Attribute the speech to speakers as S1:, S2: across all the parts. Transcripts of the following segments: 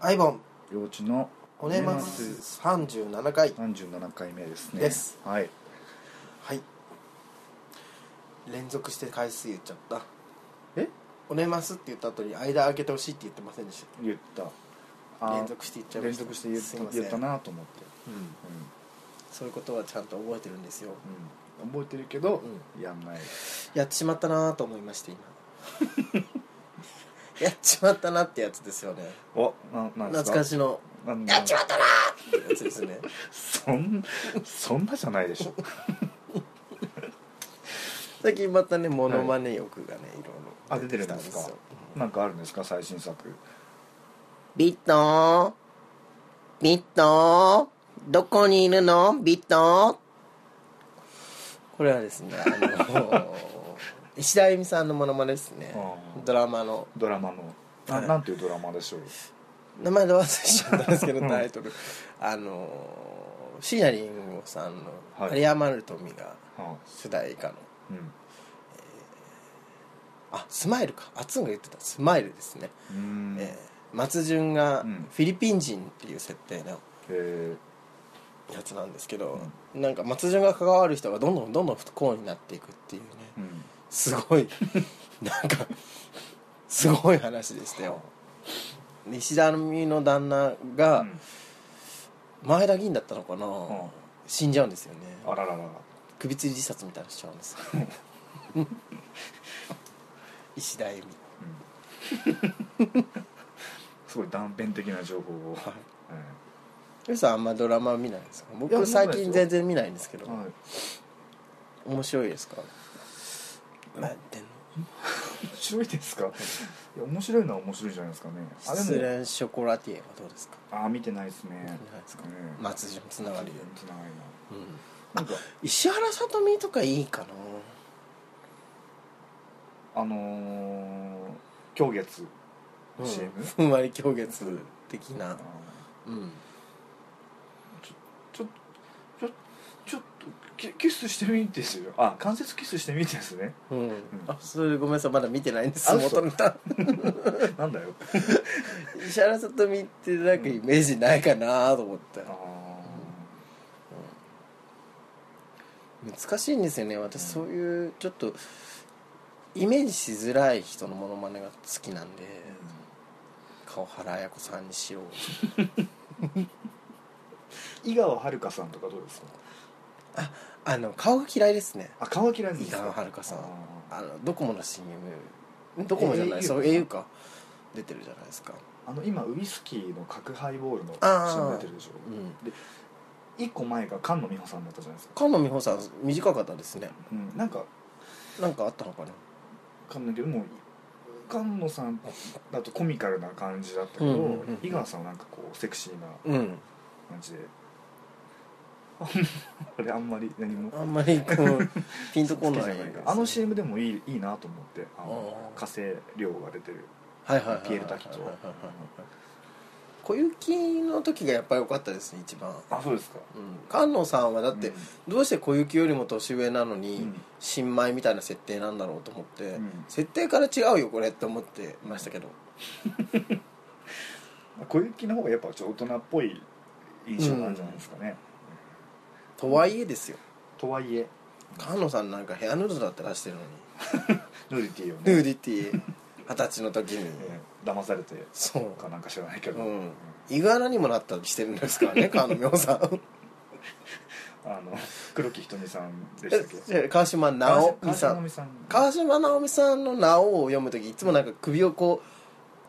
S1: アイボン
S2: 幼稚の
S1: おねます37回
S2: 37回目ですね
S1: です
S2: はい
S1: はい連続して回数言っちゃった
S2: え
S1: おねますって言った後に間開けてほしいって言ってませんでし
S2: 言った
S1: た
S2: あ
S1: 連続して言っちゃいま
S2: 連
S1: した
S2: 続して言っ
S1: すいま
S2: た
S1: せん
S2: 言ったなと思って
S1: うんそういうことはちゃんと覚えてるんですよ
S2: うん、うん、覚えてるけど、
S1: う
S2: やんない
S1: やってしまったなと思いまして今 やっちまったなってやつですよね
S2: おななんです
S1: 懐かしの
S2: なん
S1: やっちまったなーってやつですね
S2: そんそんなじゃないでしょ
S1: 最近またねモノマネ欲がね、い、ろいろ
S2: あ出てるんですか
S1: よ
S2: なんかあるんですか最新作
S1: ビットービットーどこにいるのビットーこれはですね、あ の石田あゆみさんのモノマネですね
S2: あー
S1: ドラマの
S2: ドラマのな
S1: はい
S2: なんていうドラマでしょう
S1: 名前で忘れちゃったんですけど
S2: うん
S1: タイトルあの椎名林檎さんの
S2: はい
S1: 有り余る富が
S2: は
S1: 主題歌の
S2: いうん
S1: あスマイルかあつんが言ってたスマイルですね、
S2: うーん
S1: えー松潤が
S2: うん
S1: フィリピン人っていう設定の
S2: え
S1: やつなんですけど、なんか松潤が関わる人がどんどんどんどん不幸になっていくっていうね
S2: ーうん
S1: すごい なんかすごい話でしたよ西田美の旦那
S2: う
S1: が
S2: ん
S1: 前田議員だったのかな、
S2: うん
S1: 死んじゃうんですよね
S2: あらららら
S1: 首吊り自殺みたいなのしちゃうんですよ 石田恵美
S2: すごい断片的な情報を、
S1: はい
S2: え
S1: よしさんあんまドラマ見ないんですか
S2: いや
S1: 僕最
S2: 見ないで
S1: 近
S2: すよ
S1: 全然見ないんですけど
S2: えはい
S1: 面白いですか何やってんの
S2: 面白いですかいや面白いのは面白いじゃないですかねあ
S1: 失
S2: でも
S1: 恋ショコラティエはどうですか
S2: あー見てないですね
S1: 見てないですか
S2: ね
S1: 松潤つながりで、
S2: つながりの
S1: うん
S2: なんか
S1: 石原さとみとかいいかな
S2: あのー、今日月
S1: うん
S2: CM
S1: ふんわり狂月的な
S2: あー
S1: うん
S2: ちょちょちょっとキキスしてみてですよあ関節キスしてみてですね
S1: うん、あそれごめんなさいまだ見てないんです
S2: あ
S1: 元ネタ
S2: なんだよ
S1: 石原さとみってなんかイメージないかなと思って
S2: あ
S1: 難しいんですよね私そういうちょっとイメージしづらい人のモノマネが好きなんで
S2: ー、
S1: 顔原綾子さんにしよう
S2: 井川遥さんとかどうですか
S1: あの顔が嫌いですね
S2: あ顔は嫌いなんですか
S1: 井川遥さん
S2: あ
S1: あのドコモの CM んドコモじゃない
S2: au
S1: そう au か出てるじゃないですか
S2: ーあの今ウイスキーの角ハイボールの
S1: あー
S2: CM 出てるでしょ
S1: うん
S2: 一個前が菅野美穂さんだったじゃないですか、
S1: 菅野美穂さん短かったですね
S2: うん、なんか
S1: なんかあったのかな
S2: わかんないけどもう菅野さんだとコミカルな感じだったけど、
S1: うんうんうん
S2: 井川さんはなんかこうセクシーな
S1: うん
S2: 感じで あん俺あんまり何も
S1: あんまりこうピンとこ
S2: 好
S1: な
S2: き
S1: い
S2: じゃ
S1: ですね
S2: あの CM でもいいいいなと思ってあの
S1: あー
S2: 火星量が出てる
S1: はいはいはいはい
S2: ピエール滝と
S1: はいはいはい小雪の時がやっぱり良かったですね一番
S2: あそうですか
S1: うん菅野さんはだって、どうして小雪よりも年上なのに、
S2: うん
S1: 新米みたいな設定なんだろうと思って、
S2: うん
S1: 設定から違うよこれって思ってましたけど
S2: 小雪の方がやっぱちょっと大人っぽい印象なんじゃないですかね、
S1: とはいえですよ
S2: とはいえ
S1: 菅野さんなんかヘアヌードだって出してるのに
S2: ヌーディティ
S1: ヌ
S2: を
S1: ー
S2: ね、
S1: ディティ二十歳の時に
S2: えー騙されて
S1: そう
S2: かなんか知らないけど、
S1: うんイグアナにもなったりしてるんですから ね川野美穂さん
S2: あの黒木瞳さんでしたっけ
S1: え川島直美さ
S2: 川島直
S1: ん
S2: 美さん
S1: 川島直美さんの「直」を読む時いつもなんか首をこ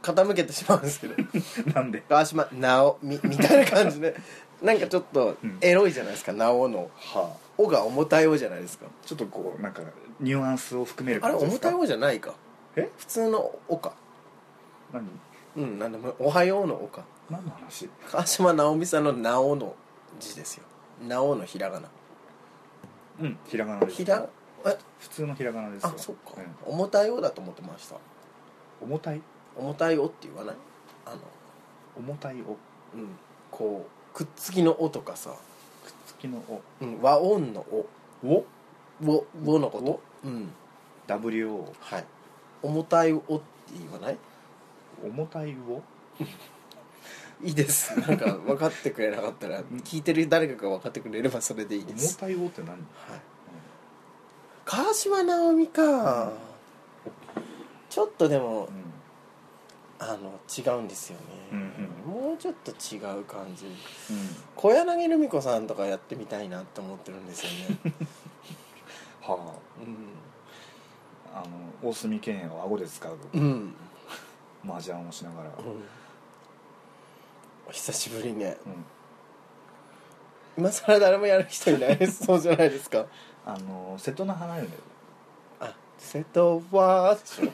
S1: う傾けてしまうん ですけど
S2: なんで
S1: 川島直美みたいな感じでなんかちょっと
S2: うん
S1: エロいじゃないですか「直」の
S2: はあ
S1: 「お」が重たい「お」じゃないですか
S2: ちょっとこうなんかニュアンスを含める
S1: あれ
S2: 感じで
S1: 重
S2: すか
S1: たい「お」じゃないか
S2: え
S1: 普通の「お」か
S2: 何
S1: うんなんでも「おはよう」の「お」か
S2: 何の話
S1: 川島直美さんの「なお」の字ですよ「なお」のひらがな
S2: うんひらがなです
S1: ひらえ
S2: 普通のひらがなですよ
S1: あそっか、
S2: うん
S1: 重たい「お」だと思ってました
S2: 重たい
S1: 重たい「お」って言わないあの
S2: 重たいおくっ
S1: うんこうくっつきの「お」とかさ、
S2: つきのお
S1: うん、和音の「お」
S2: お
S1: 「お」「お」のことうん
S2: WO
S1: はい重たい「お」って言わない
S2: 重たいお
S1: いいです なんか分かってくれなかったら聞いてる誰かが分かってくれればそれでいいで
S2: 重
S1: す
S2: たい王って何、
S1: 川島直美かちょっとでも
S2: う
S1: あの違うんですよ
S2: んう
S1: ね、
S2: ん
S1: もうちょっと違う感じ
S2: うん、
S1: 小柳ルミ子さんとかやってみたいなって思ってるんですよ ね、
S2: はああの大隅健也を顎で使う
S1: うん、うん、
S2: 麻雀をしながら、
S1: うんお久しぶりね
S2: うん
S1: 今更誰もやる人いないそうじゃないです か
S2: あの瀬戸の花嫁
S1: あ瀬戸はでしょ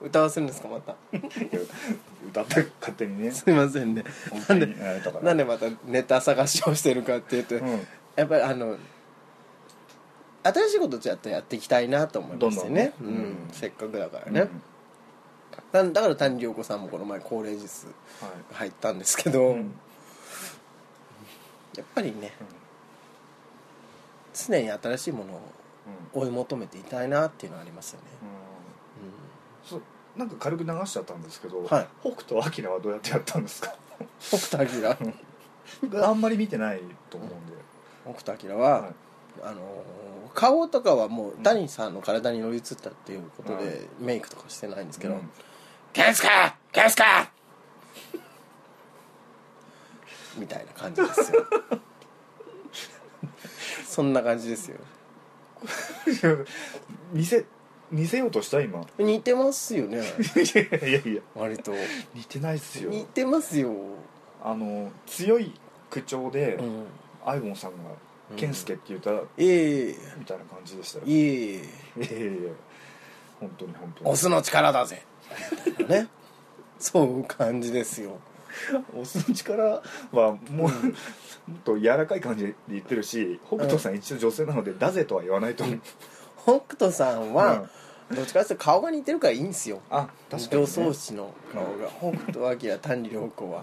S1: 歌わせるんですかまた
S2: 歌った勝手にね
S1: すいませんね
S2: なんでやられたから
S1: なんでまたネタ探しをしてるかっていうと、
S2: う
S1: やっぱりあの新しいことちょっとやっていきたいなと思いましてね
S2: どんどんね
S1: うん
S2: うん
S1: せっかくだから
S2: ん
S1: ね、だだから谷涼子さんもこの前高齢術入ったんですけど、
S2: はい、うん
S1: やっぱりね常に新しいものを追い求めていたいなっていうのはありますよね、
S2: そうなんか軽く流しちゃったんですけど、
S1: はい
S2: 北斗晶はどうやってやったんです か
S1: 北斗晶
S2: あんまり見てないと思うんで、
S1: 北斗晶は、
S2: はい
S1: あのー顔とかはもう谷さんの体に乗り移ったっていうこと
S2: は
S1: で、メイクとかしてないんですけ
S2: う
S1: ど
S2: ん
S1: 「ケンスカケンスカ!」みたいな感じです よそんな感じですよ
S2: 似せ似せようとし た今い
S1: 似てますよね
S2: やいやいや
S1: 割と
S2: 似てないっすよ
S1: 似てますよ、
S2: あの強い口調で、
S1: うん、
S2: アイボンさんが「健介」って言ったら、
S1: ええ
S2: みたいな感じでしたよい
S1: いえ
S2: やいやいや本当に本当に
S1: オスの力だぜみたいなねそういう感じですよ
S2: お酢の力はもう、もっと柔らかい感じで言ってるし北斗さん一応女性なので「だぜ」とは言わないと思う、
S1: 北斗さんは、どっちかというと顔が似てるからいいんですよ
S2: あ確かに、
S1: 女
S2: ね、
S1: 装師の顔が北斗晶丹良子は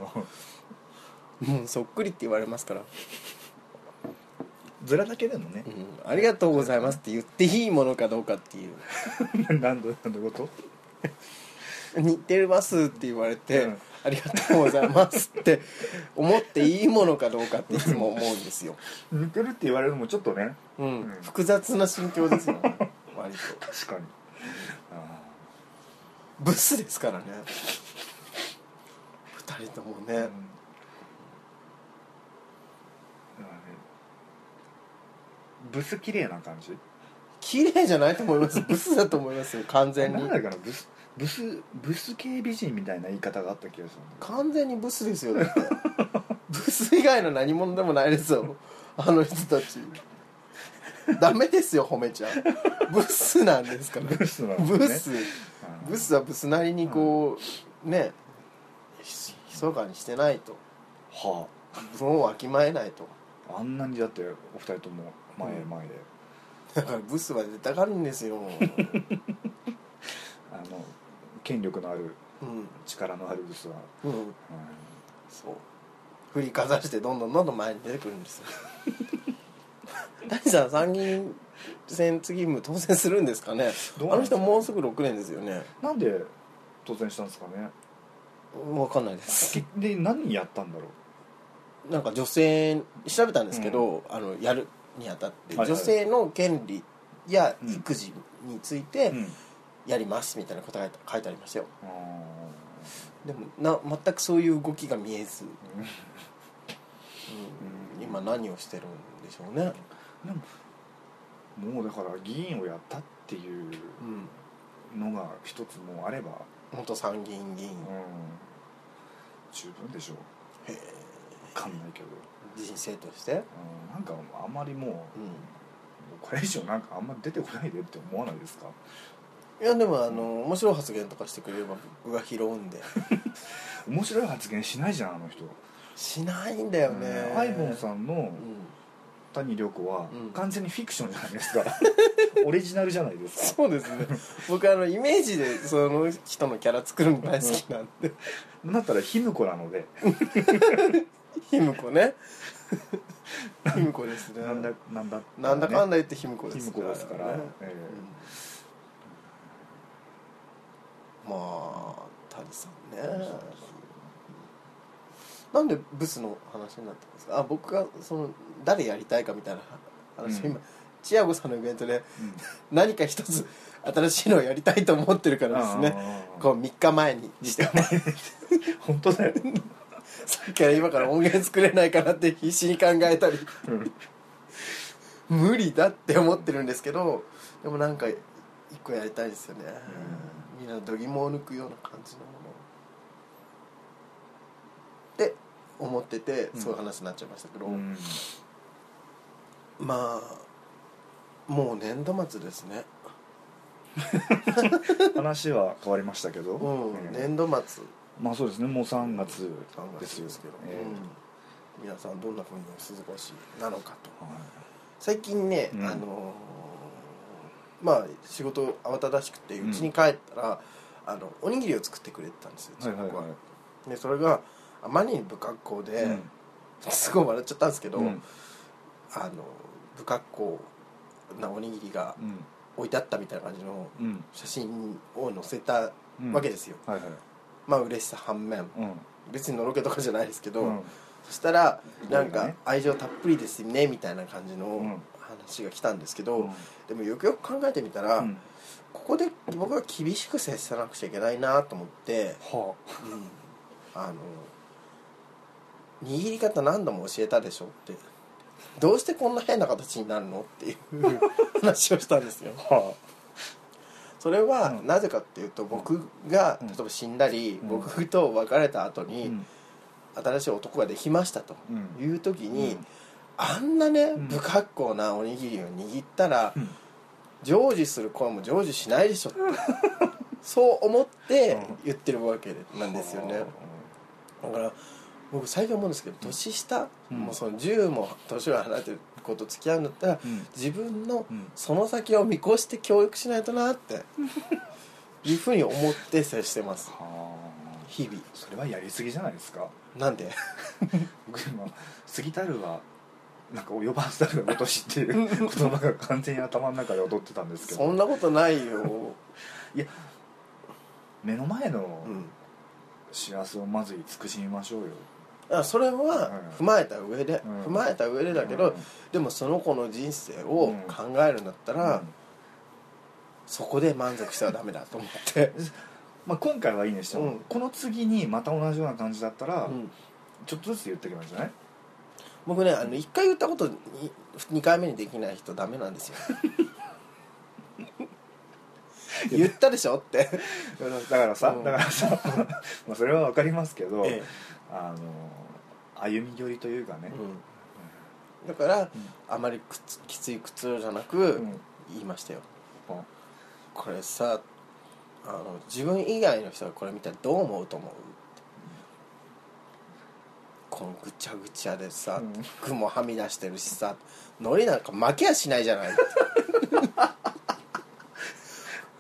S1: もうそっくりって言われますから、
S2: ずらだけでもね
S1: うん、ありがとうございますって言っていいものかどうかっていう
S2: 何度何のこと
S1: 似てますって言われて、
S2: うん
S1: ありがとうございますって思っていいものかどうかっていつも思うんですよ、
S2: 似てるって言われるのもちょっとね
S1: うん
S2: うん
S1: 複雑な心境ですよ ね割と
S2: 確かにあ
S1: ブスですからね二人とも
S2: ー
S1: ね
S2: うんだからねブス綺麗な感じ
S1: 綺麗じゃないと思いますブスだと思いますよ完全
S2: 何
S1: に
S2: だっけなブスブスブス系美人みたいな言い方があった気がするんだけど
S1: 完全にブスですよだってブス以外の何者でもないですよあの人たちダメですよ褒めちゃブスなんですから
S2: ブスなんですね
S1: ブスブスはブスなりにこう、ねひ密かにしてないと
S2: は
S1: もうわきまえないと
S2: ああんなにだってお二人とも前へ前で、
S1: だから ブスは出たがるんですよ、
S2: あの権力のある
S1: うん
S2: 力のあるブスは、
S1: うん、
S2: う
S1: そう振りかざしてどんどんどんどん前に出てくるんですよ 谷さん参議院選次務当選するんですかね
S2: どう
S1: あ
S2: なん
S1: の
S2: ですか
S1: 人もうすぐ6年ですよね
S2: んなんで当選したんですか ね
S1: 分かんないです
S2: きで何やったんだろ
S1: なんか女性調べたんですけど、あのやるにあたって、
S2: はいはい
S1: 女性の権利や
S2: うん、
S1: 育児についうて
S2: うん、
S1: やりますみたいなことが書いてありましたよ
S2: あ
S1: でもな全くそういう動きが見えず、
S2: ーうん
S1: うん今何をしてるんでしょうね、
S2: でももうだから議員をやったっていう
S1: うん、
S2: のが一つもうあれば、
S1: 元参議院議員
S2: うん、十分でしょう
S1: へえ
S2: 分かんないけど、
S1: 人生として、
S2: うん、なんかあんまりもう
S1: う
S2: これ以上なんかあんま出てこないでって思わないですか
S1: ん、いやでもあの面白い発言とかしてくれれば僕が拾うんで
S2: 面白い発言しないじゃんあの人
S1: しないんだよね、
S2: うんアイボン
S1: ん、
S2: さんの谷涼子は
S1: うん
S2: 完全にフィクションじゃないです かオリジナルじゃないですか
S1: そうですね僕あのイメージでその人のキャラ作るの大好きなんで
S2: だったら卑弥呼なので
S1: ひむこ ねひむこですね
S2: なんだなんだ
S1: なんだかんだ
S2: だ
S1: 言ってひむこ
S2: 卑
S1: です
S2: 弥呼ですから
S1: ね
S2: え
S1: まあ谷さん
S2: え
S1: ねなんでブスの話になったんですかあ僕がその誰やりたいかみたいな話、
S2: うん
S1: 今チアゴさんのイベントで
S2: うん
S1: 何か一つ 新しいのをやりたいと思ってるからですね
S2: あー
S1: こう3日前にして
S2: 本当だよ、
S1: さっきから今から音源作れないかなって必死に考えたり
S2: うん
S1: 無理だって思ってるんですけどでもなんか一個やりたいですよね、みんな度肝を抜くような感じのものって思ってて
S2: うん
S1: そういう話になっちゃいましたけど、
S2: うん
S1: まあもう年度末ですね
S2: 話は変わりましたけど、
S1: うん、
S2: うん
S1: 年度末
S2: まあそうですねもう3月ですよ
S1: けど、
S2: ええ
S1: うん、皆さんどんなふうにお過ごしなのかと
S2: はい
S1: 最近ね、
S2: うん
S1: あのーまあ仕事慌ただしくてうちに帰ったら、あのおにぎりを作ってくれてたんですよ、
S2: はいはいはい
S1: 僕でそれがあまりに不格好で、
S2: うん
S1: すごい笑っちゃったんですけど、
S2: うん
S1: あの不格好なおにぎりが
S2: うん
S1: 置いてあったみたいな感じの
S2: うん
S1: 写真を載せた
S2: うん
S1: わけですよ、
S2: はいはい
S1: まあ嬉しさ反面
S2: うん
S1: 別にのろけとかじゃないですけど、
S2: うん
S1: そしたらなん
S2: そうだ
S1: か
S2: ね
S1: 愛情たっぷりですねみたいな感じ
S2: う
S1: の
S2: ん
S1: 話が来たんですけど、
S2: うん
S1: でもよくよく考えてみたら、
S2: うん
S1: ここで僕は厳しく接さなくちゃいけないなと思って、
S2: は
S1: うんあの握り方何度も教えたでしょってどうしてこんな変な形になるのっていう 話をしたんですよ
S2: あは
S1: それは
S2: うん
S1: なぜかっていうと僕が
S2: うん
S1: 例えば死んだり、
S2: うん
S1: 僕と別れた後
S2: あ
S1: に、新しい男ができましたと
S2: うん
S1: いう時に、
S2: うん
S1: あんなね
S2: ん
S1: 不格好なおにぎりを握ったら、
S2: うん
S1: 成就する声も成就しないでしょ ってそう思って言ってるわけなんですよねだから僕最近思うんですけど年下、
S2: うん
S1: もうその10も年を離れてる子と付き合うんだったら、
S2: うん
S1: 自分の
S2: うん
S1: その先を見越して教育しないとなっていうふうに思って接してます
S2: はあ
S1: 日々
S2: それはやりすぎじゃないですか
S1: なんで
S2: 僕今杉たるはなんか及ばずたるがしっていう言葉が完全に頭の中で踊ってたんですけ
S1: そ
S2: ど
S1: んなことないよ、
S2: 目の前
S1: う
S2: の
S1: ん
S2: 幸せをまず慈しみましょうよ
S1: だからそれは踏まえた上で、
S2: うん
S1: 踏まえた上でだけど、でもその子の人生を考えるんだったら、
S2: うん
S1: そこで満足してはダメだと思って、
S2: まあ、今回はいいにしても、
S1: うん
S2: この次にまた同じような感じだったら、
S1: うん
S2: ちょっとずつ言っていけばいいんじゃない
S1: 僕ねあの1回言ったことに2回目にできない人ダメなんですよ言ったでしょって、
S2: だからさ、
S1: うん
S2: だからさまあそれは分かりますけど、
S1: ええ
S2: あの歩み寄りというかね、
S1: うんだから、あまりくつきつい苦痛じゃなく、
S2: うん
S1: 言いましたよ
S2: あ
S1: これさあの自分以外の人がこれ見たらどう思うと思うこのぐちゃぐちゃでさ、
S2: うん
S1: 服もはみ出してるしさ海苔なんか負けやしないじゃ ない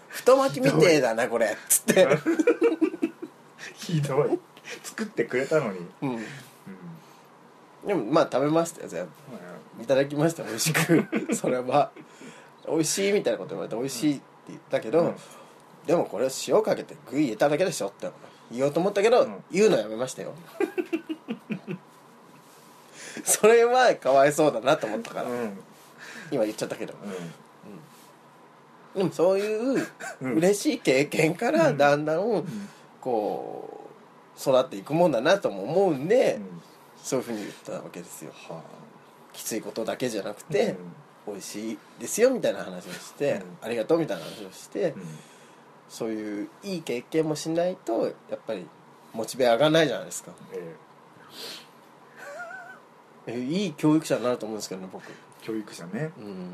S1: 太巻きみてえだなこれっつって、
S2: ひどい作ってくれたのに、うん
S1: うん、でもまあ食べましたよ全部いただきました美味しく それは美味しいみたいなこと言われて美味しいって言ったけど、
S2: うん
S1: でもこれ塩かけて具入れただけでしょって言おうと思ったけど、
S2: うん
S1: 言うのやめました よそれはかわいそうだなと思ったから、
S2: うんうん
S1: 今言っちゃったけどでもそういう
S2: うん
S1: 嬉しい経験からだんだん
S2: ん
S1: こう育っていくもんだなとも思うんで、
S2: うん
S1: そういうふうに言ったわけですよ
S2: は
S1: きついことだけじゃなく
S2: あ
S1: て、美味しいですよみたいな話をして、
S2: うん
S1: ありがとうみたいな話をして、
S2: うんうん
S1: そういういい経験もしないとやっぱりモチベ上がらないじゃないですか
S2: え
S1: えいい教育者になると思うんですけどね僕、
S2: え教育者ね、
S1: う
S2: うんん、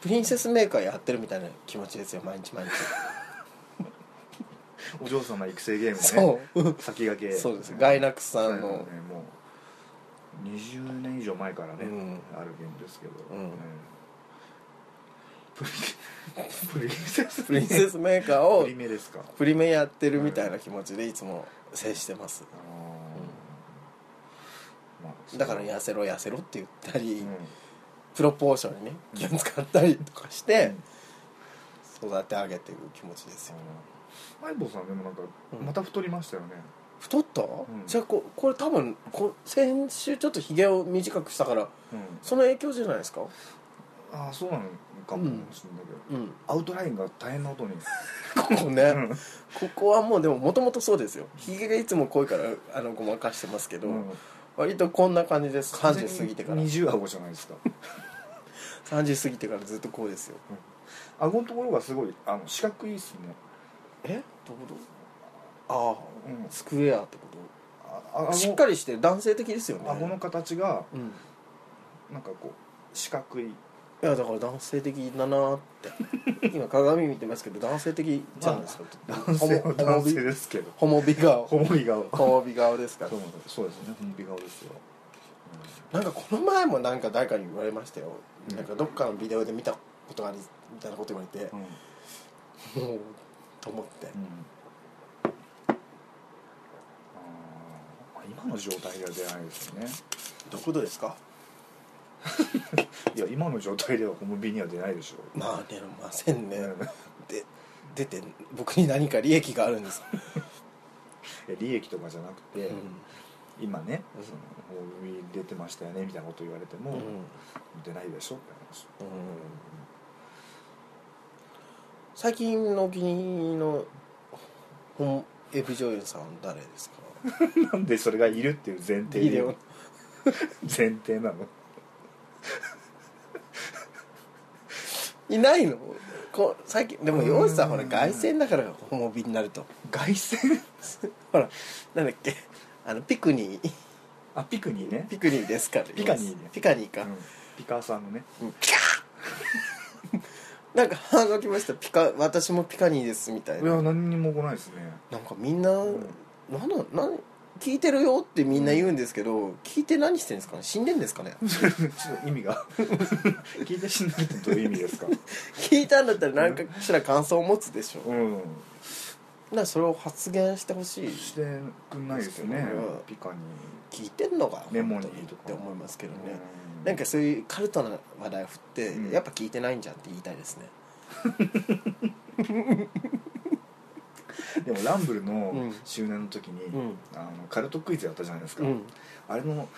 S1: プリンセスメーカーやってるみたいな気持ちですよ毎日 毎日、
S2: お嬢様育成ゲームね
S1: そう
S2: 先駆 け
S1: そうですガイナックスさ
S2: あ
S1: ん
S2: の
S1: の
S2: ね、もう20年以上前から
S1: う
S2: ね、
S1: ん
S2: あるゲームですけど、
S1: うん
S2: ええプリプリンセス
S1: プリンセスメーカーを
S2: プリメですか
S1: プリメやってるみたいな気持ちでいつも接してます
S2: あーまあそう
S1: だから痩せろ痩せろって言ったり、
S2: うん
S1: プロポーションにね気を使ったりとかして育て上げていく気持ちですよ
S2: 相棒さんでもなんか
S1: うん
S2: また太りましたよね、
S1: 太った、
S2: ん
S1: じゃあここれ多分こ先週ちょっとひげを短くしたから
S2: うん
S1: その影響じゃないですか
S2: ああそうなのかもしれないけど、
S1: うん
S2: アウトラインが大変なことに
S1: ここね、ここはもうでももともとそうですよひげがいつも濃いからあのごまかしてますけど、
S2: うん
S1: 割とこんな感じです30過ぎてから
S2: 20顎じゃないですか
S1: 30過ぎてからずっとこうですよ
S2: 顎のところがすごいあの四角いっすね、
S1: えどういうことああ
S2: うん
S1: スクエアってこ
S2: あ
S1: と
S2: 顎
S1: しっかりして男性的ですよね
S2: 顎の形が
S1: うんい
S2: なんかこう四角い
S1: やだから男性的だなって 今鏡見てますけど男性的じゃないですか、
S2: 男性
S1: ホモ
S2: は男性
S1: ホモビ
S2: ですけど
S1: ホモビ顔
S2: ホモリ顔
S1: ホモビ顔ですから
S2: そうそうですねホモリ顔ですよ
S1: なんかこの前もなんか誰かに言われましたよ、
S2: うん
S1: なんかどっかのビデオで見たことがあるみたいなこと言われて
S2: う、ん、
S1: もうと思って、
S2: あー今の状態では出ないですよね
S1: どういうことですか
S2: いや今の状態ではホモビには出ないでしょう
S1: まあ出ませ んね、
S2: うん
S1: で出て僕に何か利益があるんです、
S2: え利益とかじゃなくて、
S1: う
S2: 今ね
S1: うん
S2: そのホモビ出てましたよねみたいなこと言われても、
S1: んうん
S2: 出ないでしょって話
S1: 最近のお気に入りの本エビ女優さん誰ですか
S2: なんでそれがいるっていう前提
S1: ビデオ
S2: 前提なの
S1: いないのこう最近でも
S2: うん
S1: 洋一さんほら凱旋だからホモビになると
S2: 凱旋
S1: ほらなんだっけあのピクニー
S2: あピクニーね
S1: ピクニーですから
S2: ピカニーね
S1: ピカニーか、
S2: うんピカーさんのね
S1: ピカーなんか反応きましたピカ私もピカニーですみたい
S2: い
S1: な
S2: や何にも来ないですね
S1: なんかみんな、
S2: ん
S1: なんだなん聞いてるよってみんな言うんですけど、聞いて何してるんですかね死んでんですかね
S2: ちょっと意味が 聞いて死んだってどういう意味ですか
S1: 聞いたんだったら何かしら感想を持つでしょ、だか
S2: うん
S1: らそれを発言してほしい
S2: してくんないですよね
S1: うん
S2: ピカニ
S1: 聞いてんのか
S2: メモに
S1: 本当って思いますけど
S2: ー
S1: ね、なんかそういうカルトな話題を振って、
S2: うん
S1: やっぱ聞いてないんじゃんって言いたいですね
S2: でもランブル
S1: う
S2: の
S1: ん
S2: 周年の時に、
S1: うん
S2: あのカルトクイズやったじゃないですか、
S1: うん
S2: あれの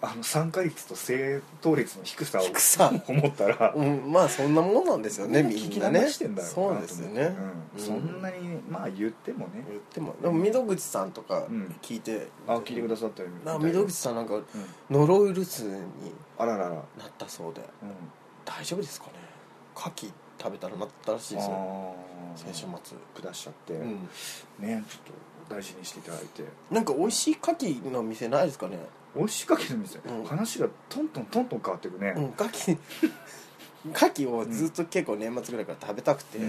S2: あの参加率と正答率の低さを
S1: くさ
S2: 思ったら
S1: うん、まあそんなもんなんですよねみ
S2: 聞
S1: ん
S2: き
S1: な
S2: 流
S1: ね
S2: してんだろ
S1: そうう
S2: な
S1: です
S2: と
S1: よ
S2: 思って
S1: ね、
S2: うんそんなにまあ言ってもね
S1: 言ってもでも溝口さんとか
S2: うん
S1: 聞いて、
S2: あ聞いてくださったよみた
S1: な
S2: い
S1: んか
S2: な
S1: 溝口さんなんか
S2: うん
S1: ノロウイルスに
S2: あららら
S1: なったそうで
S2: うん
S1: 大丈夫ですかね牡蠣食べたらなったらしいですよ
S2: あー
S1: 先週末
S2: 下しちゃって
S1: うん
S2: ねちょっと大事にしていただいて
S1: なんか美味しい牡蠣の店ないですかね
S2: 美味しいかけの店
S1: うん
S2: 話がトントントントン変わってくね
S1: うん牡 蠣牡蠣をずっと結構年末ぐらいから食べたくて
S2: うん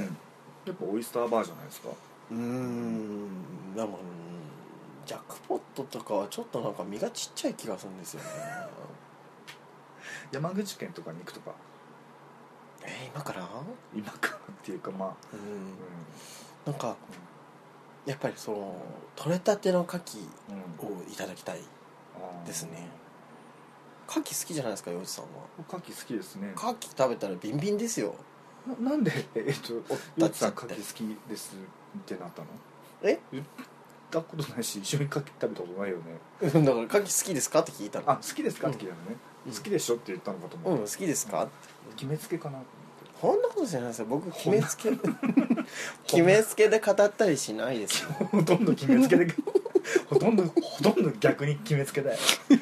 S2: やっぱオイスターバーじゃないですか
S1: うーんでもうんジャックポットとかはちょっとなんか身がちっちゃい気がするんですよね
S2: 山口県とかに行くとか
S1: え今から
S2: 今かっていうかまあ
S1: うんな
S2: う
S1: んかやっぱりその取れたての牡蠣
S2: んうん
S1: をいただきたい
S2: あー
S1: ですね牡蠣好きじゃないですか洋一さんは
S2: 牡蠣好きですね
S1: 牡蠣食べたらビンビンですよ
S2: ななんでええっと
S1: だ
S2: ゆ
S1: っ
S2: う
S1: て
S2: きさん牡蠣好きですってなったの
S1: え
S2: 言ったことないし一緒に牡蠣食べたことないよね
S1: だから牡蠣好きですかって聞いた
S2: あ
S1: の
S2: 好きですかって聞いたのね、
S1: うん
S2: 好きでしょって言ったのかと
S1: う
S2: 思
S1: ん
S2: う、
S1: 好きですか
S2: 決めつけかなと
S1: こんなことじゃないですよ僕決めつけ 決めつけで語ったりしないですよ
S2: 思ってほとんど決めつけでほとんどほとんど逆に決めつけ だよ一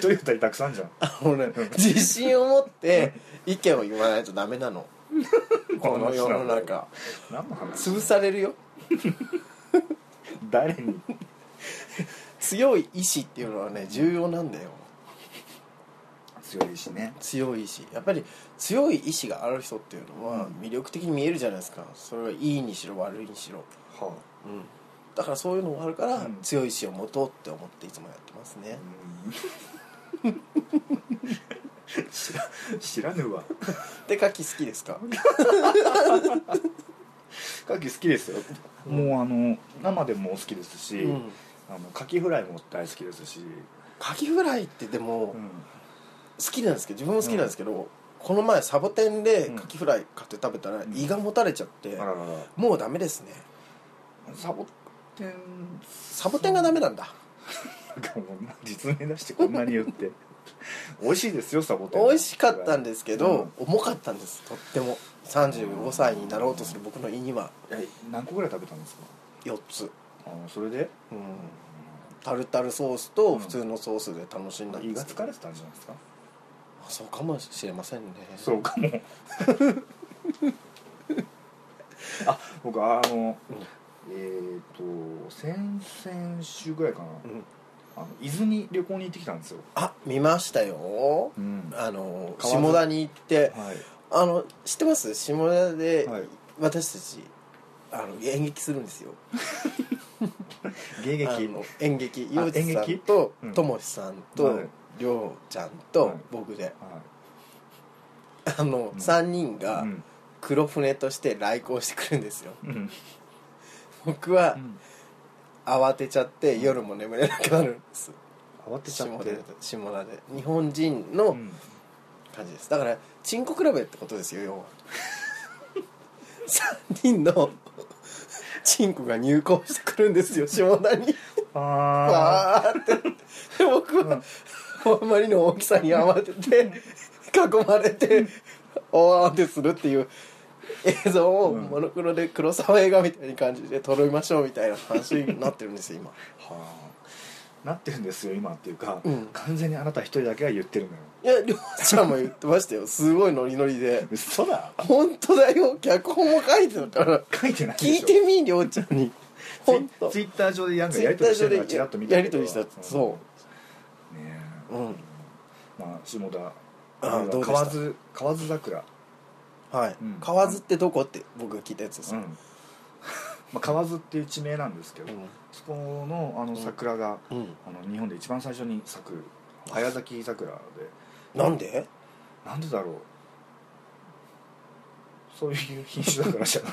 S2: 人二人たくさんじゃん
S1: あのね自信を持って 意見を言わないとダメなの この世の中
S2: 何の話
S1: 潰されるよ
S2: 誰に
S1: 強い意志っていうのはね重要なんだよ
S2: 強いしね
S1: 強い意志やっぱり強い意志がある人っていうのは魅力的に見えるじゃないですかそれがいいにしろ悪いにしろ、
S2: は
S1: うん、だからそういうのがあるから、
S2: うん
S1: 強い意志を持とうって思っていつもやってますね
S2: あ、うん 知ら知らぬわ
S1: で牡蠣好きですか
S2: 牡蠣好きですよ、もうあの生でも好きですし、
S1: うん
S2: あの牡蠣フライも大好きですし、
S1: 牡蠣フライってでも
S2: うん
S1: 好きなんですけど自分も好きなんですけど、この前サボテンで牡蠣フライ買って食べたら
S2: ん
S1: 胃がもたれちゃって、
S2: あららら
S1: もうダメですね
S2: サボテン
S1: サボテンがダメなんだ
S2: なんかもう実名出してこんなに言って美味しいですよサボテン
S1: 美味しかったんですけど、重かったんですとっても35歳になろうとする僕の胃には
S2: え何個ぐらい食べたんですか
S1: 4つ、
S2: あのそれで
S1: うん、タルタルソースと
S2: うん
S1: 普通のソースで楽しんだん
S2: 胃
S1: で
S2: が
S1: すけ
S2: 疲
S1: ど、
S2: れてたんじゃないですか
S1: あそうかもしれませんね
S2: そうか もあ僕あのえっ、と先々週ぐらいかな
S1: うん
S2: あの伊豆に旅行に行ってきたんですよ、
S1: あ見ましたよ
S2: うんは
S1: あの
S2: 川沿い
S1: 下田に行って
S2: い、
S1: あの知ってます下田で、
S2: はい
S1: 私たちあの演劇するんですよ
S2: 芸劇
S1: あの演劇
S2: あ
S1: 洋一さ
S2: 演
S1: ん
S2: 劇
S1: と
S2: うん
S1: ともしさん
S2: は
S1: と
S2: い
S1: りょうちゃん
S2: は
S1: と
S2: い
S1: 僕で
S2: は
S1: あの
S2: うん
S1: 3人
S2: い
S1: が
S2: うん
S1: 黒船として来航してくるんですよ
S2: うん
S1: 僕は慌てちゃって夜も眠れなくなるんです
S2: 慌てち
S1: 下
S2: ゃ
S1: 田
S2: っ
S1: で
S2: て、
S1: 下田で日本人
S2: う
S1: の
S2: ん、
S1: 感じですだからチンコ比べってことですよ要は 3人のチンコが入港してくるんですよ下田に
S2: あ
S1: わーってで僕は、あまりの大きさに慌てて囲まれておーってするっていう映像を
S2: うん
S1: モノクロで黒沢映画みたいな感じで撮りましょうみたいな話になってるんですよ今
S2: ーはあなってるんですよ今っていうか、
S1: うん
S2: 完全にあなた一人だけが言ってるのよ
S1: いやりょうちゃんも言ってましたよすごいノリノリで
S2: 嘘だ
S1: 本当だよ脚本も書いてたから
S2: 書いてないでしょ
S1: 聞いてみりょうちゃんに 本当
S2: ツイツイッター上でやんか
S1: ツイ
S2: やり
S1: ッター
S2: 取り
S1: 上
S2: してる
S1: で
S2: のがちらっと見た
S1: やりとりしたそ
S2: うんね
S1: ううん
S2: えまあ下田
S1: あどうでした
S2: 河津河津桜、
S1: はい
S2: うん
S1: 河津ってどこって僕が聞いたやつです
S2: う
S1: よ
S2: んまあ、河津っていう地名なんですけど、
S1: うん
S2: そこのあの桜が、
S1: うん
S2: あの日本で一番最初に咲く早咲き桜で
S1: なんで
S2: なんでだろうそういう品種だからじ ゃない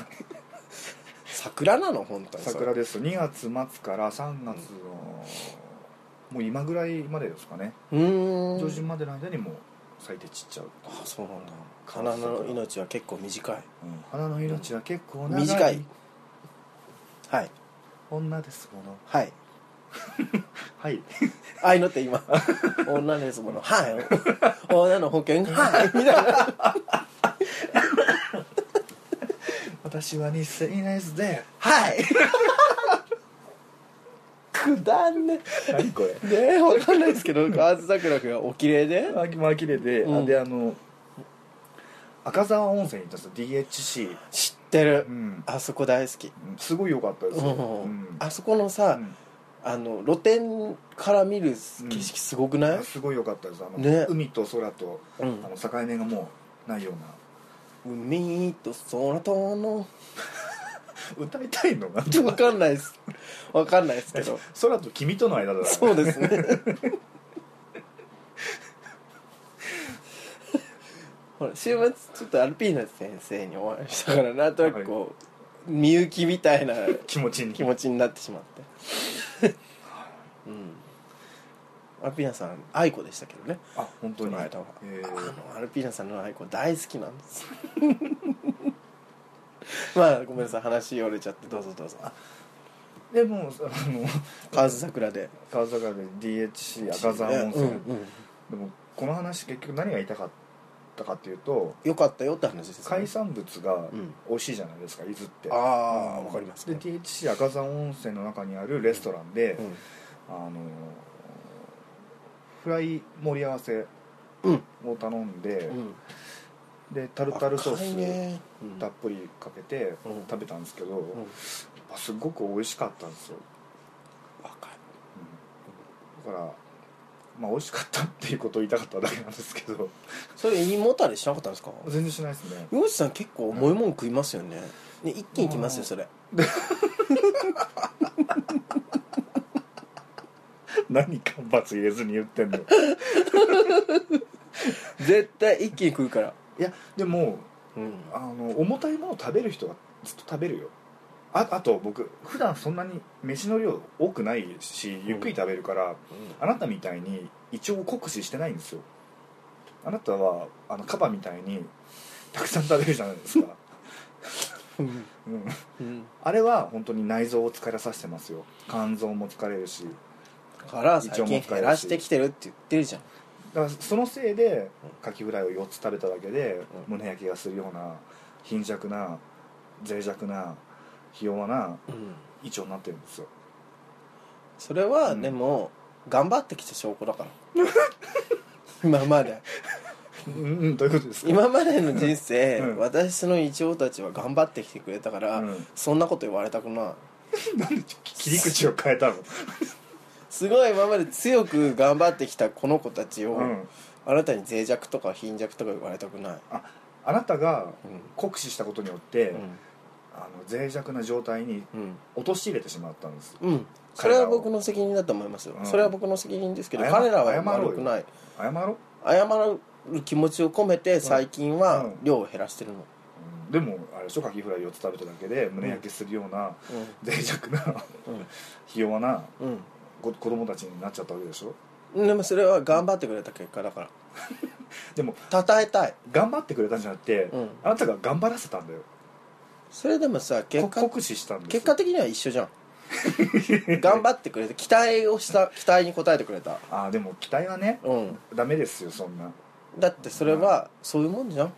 S1: 桜なの本当にそれ
S2: 桜です2月末から3月の、もう今ぐらいまでですかね
S1: うーん
S2: 上旬までの間にもう咲いて散っちゃうっていう
S1: あそうなんだ花の命は結構短い
S2: うん花の命は結構長い
S1: 短いはい
S2: 女ですもの
S1: はい
S2: はい
S1: 愛のって 今女ですものはい女の保険はいみたいな
S2: 私は日清ナイスで
S1: はいくだんね
S2: 何こ れ
S1: ねえわかんないですけど河津桜がお綺麗で
S2: あきまあきれで、
S1: うん
S2: あであの赤沢温泉に行ったんですよ DHC
S1: 知ってる
S2: うん
S1: あそこ大好き
S2: すごい良かったですよ、う
S1: うんんあそこのさ
S2: うん
S1: あの露天から見る景色すごくない
S2: すごい良かったですあの、
S1: ね
S2: 海と空と
S1: うん
S2: あの境目がもうないような
S1: 海と空との
S2: 歌いたいのが
S1: わかんないですわかんないですけど
S2: 空と君との間だから
S1: そうですねほら週末ちょっとアルピーナ先生にお会いしたからなんとなくこうみゆきみたいな
S2: 気持ちに
S1: 気持ちになってしまってうんアルピーナさん愛子でしたけどね
S2: あ本当
S1: こ
S2: に
S1: の間は
S2: え
S1: あ
S2: ー
S1: のアルピーナさんの愛子大好きなんです まあごめんなさい話折れちゃってどうぞどうぞ
S2: でもあの
S1: 河津桜で
S2: 川坂で DHC 赤沢温泉、
S1: うんうん
S2: でもこの話結局何が言いたかったかっていうと
S1: よかったよって話ですね
S2: 海産物が
S1: うん
S2: 美味しいじゃないですか伊豆って
S1: ああ
S2: うん
S1: わかります
S2: で THC 赤山温泉の中にあるレストランで、あのフライ盛り合わせ
S1: うん
S2: を頼んで、
S1: うん
S2: でタルタルソ
S1: 赤い
S2: ース
S1: ねうん
S2: たっぷりかけて
S1: うん
S2: 食べたんですけど、
S1: うん
S2: すごく美味しかったんですよ、
S1: 赤い
S2: うんだからまあ美味しかったっていうことを言いたかっただけなんですけど
S1: それ胃もたれしなかったんですか
S2: 全然しないですね
S1: 洋治さん結構重いもん食いますよねね一気にきますよそれ
S2: 何間髪入れずに言ってんの
S1: 絶対一気に食うから
S2: いやでも
S1: うん
S2: あの重たいものを食べる人はずっと食べるよああと僕普段そんなに飯の量多くないしゆっくり食べるから、あなたみたいに胃腸を酷使してないんですよ あなたはあのカバみたいにたくさん食べるじゃないですか
S1: うん
S2: うん、
S1: うん
S2: あれは本当に内臓を疲れさせてますよ肝臓も疲れるし
S1: だから最
S2: 胃
S1: 近
S2: 腸も疲れるし
S1: 減らしてきてるって言ってるじゃん
S2: だからそのせいでカキフライを4つ食べただけで
S1: う
S2: 胸焼けがするような貧弱な脆弱なひ弱な
S1: うん
S2: 胃腸になってるんですよ
S1: それは
S2: うん
S1: でも、頑張ってきた証拠だから 今まで
S2: うんうんどういうことですか
S1: 今までの人生、
S2: うん
S1: 私のイチョウたちは頑張ってきてくれたから、
S2: うん
S1: そんなこと言われたくない
S2: 切り口を変えたの、
S1: すごい今まで強く頑張ってきたこの子たちを、
S2: うん、
S1: あなたに脆弱とか貧弱とか言われたくない、
S2: あなたが
S1: う
S2: 酷使したことによって、
S1: ん
S2: あの脆弱な状態に
S1: うん
S2: 陥れてしまったんです
S1: うん、それは僕の責任だと思いますよ、
S2: うん
S1: それは僕の責任ですけど
S2: 謝
S1: 彼らは
S2: 謝ろうよ
S1: 悪くない
S2: 謝ろう、
S1: 謝る気持ちを込めて最近は
S2: うん
S1: 量を減らしてるの、
S2: うんでもあれでしょカキフライ4つ食べただけで胸焼けするような脆弱な ひ弱な
S1: うんうん
S2: 子子供たちになっちゃったわけでしょ
S1: でもそれは頑張ってくれた結果だから
S2: でも
S1: 称えたい
S2: 頑張ってくれたんじゃなくて、
S1: うん
S2: あなたが頑張らせたんだよ
S1: それでもさ結
S2: こ
S1: 果
S2: 酷使したんですよ
S1: 結果的には一緒 じゃん頑張ってくれて期待をした期待に応えてくれた
S2: ああでも期待はね
S1: うん
S2: ダメですよそん な
S1: だってそれはそういうもんじゃん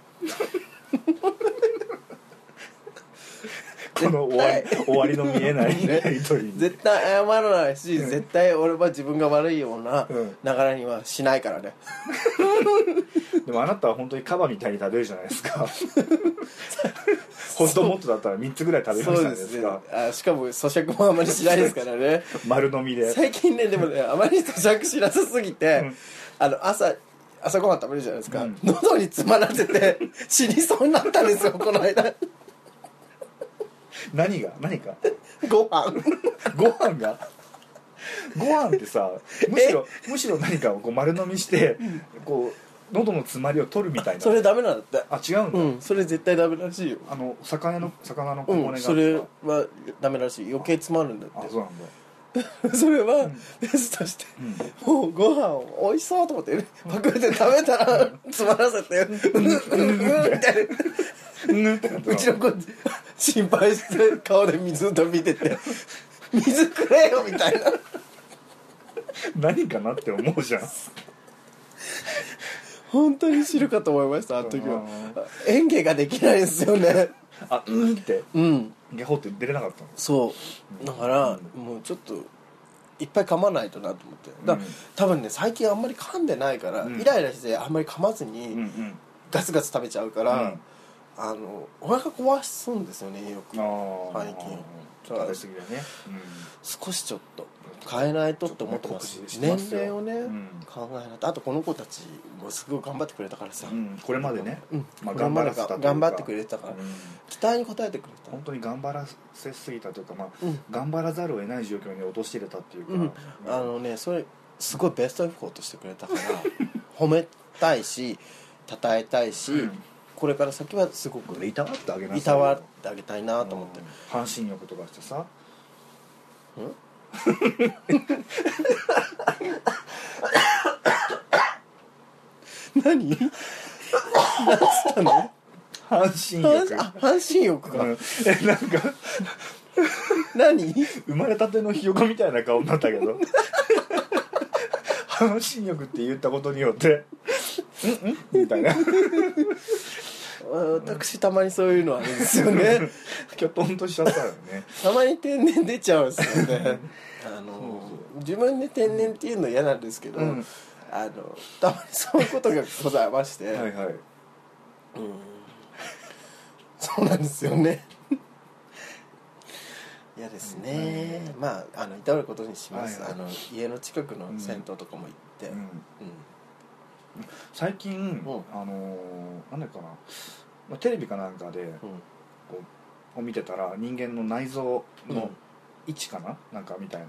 S2: この終わり終わりの見え ないやりとりに
S1: 絶対謝らないし
S2: うん
S1: 絶対俺は自分が悪いような
S2: うん
S1: 流れにはしないからね
S2: でもあなたは本当にカバみたいに食べるじゃないで すか本当もっとだったら3つぐらい食べるじゃないですか
S1: ねあしかも咀嚼もあまりしないですからね
S2: 丸飲みで
S1: 最近ねでもねあまり咀嚼しなさすぎて、
S2: うん
S1: あの朝朝ごはん食べるじゃないですか、
S2: うん
S1: 喉に詰まらせて死にそうになったんですよこの間
S2: 何が何か
S1: ご飯
S2: ご飯がご飯っ てさむしろむしろ何かをこう丸飲みしてこう喉の詰まりを取るみたいな
S1: それダメなんだって
S2: あ違うんだ、
S1: うんそれ絶対ダメらしいよ
S2: あの魚の魚の小骨が、
S1: うんそれはダメらしい余計詰まるんだ
S2: あ
S1: っ
S2: そうなんだ、
S1: てそれはベストして
S2: うん
S1: もうご飯を美味しそうと思ってねパクって食べたら詰まらせてうんうんうんみたいな
S2: ぬって なった
S1: うちの子心配して顔で水を飛び出 て水くれよみたいな
S2: 何かなって思うじゃん
S1: 本当に知るかと思いましたあの時は
S2: う
S1: 演芸ができないですよね
S2: あうんって
S1: うん
S2: ゲホって出れなかったの
S1: そうだからもうちょっといっぱい噛まないとなと思ってだから
S2: うん
S1: 多分ね最近あんまり噛んでないから、
S2: うん
S1: イライラしてあんまり噛まず
S2: うんう
S1: に
S2: ん
S1: ガツガツ食べちゃうから、あのお腹壊すんですよねよく
S2: あー
S1: 最近
S2: ちょっと食べ過ぎだね、
S1: 少しちょっと変えないとって思ってます
S2: ちょっとね酷使してます
S1: 年
S2: よ
S1: 齢をね、
S2: うん
S1: 考えないとあとこの子たちもすごい頑張ってくれたからさ、
S2: うんうんこれまでね、
S1: うん
S2: まあ、
S1: これ
S2: 頑
S1: ま
S2: 張
S1: で
S2: ら
S1: が
S2: せたというか
S1: 頑張ってくれたから、
S2: うん
S1: 期待に応えてくれた
S2: 本当に頑張らせすぎたというか、まあ
S1: うん
S2: 頑張らざるを得ない状況に落としてれたっていうか、
S1: うん、あのねそれすごいベストエフコートしてくれたから 褒めたいし称えたいし、
S2: うん
S1: これから先はすごく
S2: いたわってあげなさいよ
S1: いたわってあげたいなと思って
S2: うん、半身浴とかしてさ
S1: うん何何つったの
S2: 半身浴
S1: 半あ半身浴か、
S2: うんえなんか
S1: 何
S2: 生まれたてのひよこみたいな顔になったけど半身浴って言ったことによって「うんうん?」みたいな
S1: 私たまにそういうのあるんですよね
S2: きょとんとしちゃったよね
S1: たまに天然出ちゃうんですよ ねあの自分で天然っていうの嫌なんですけど、
S2: うん
S1: あのたまにそういうことがございまして、
S2: はいはい
S1: うんそうなんですよね嫌ですね、まああの至ることにします、
S2: はいはい
S1: あの家の近くの銭湯とかも行って、う
S2: うんん最近、
S1: ん
S2: あのーなんだっけかな、まあ、テレビかなんかで
S1: うん
S2: こうを見てたら人間の内臓
S1: うん
S2: の位置かな、なんかみたいな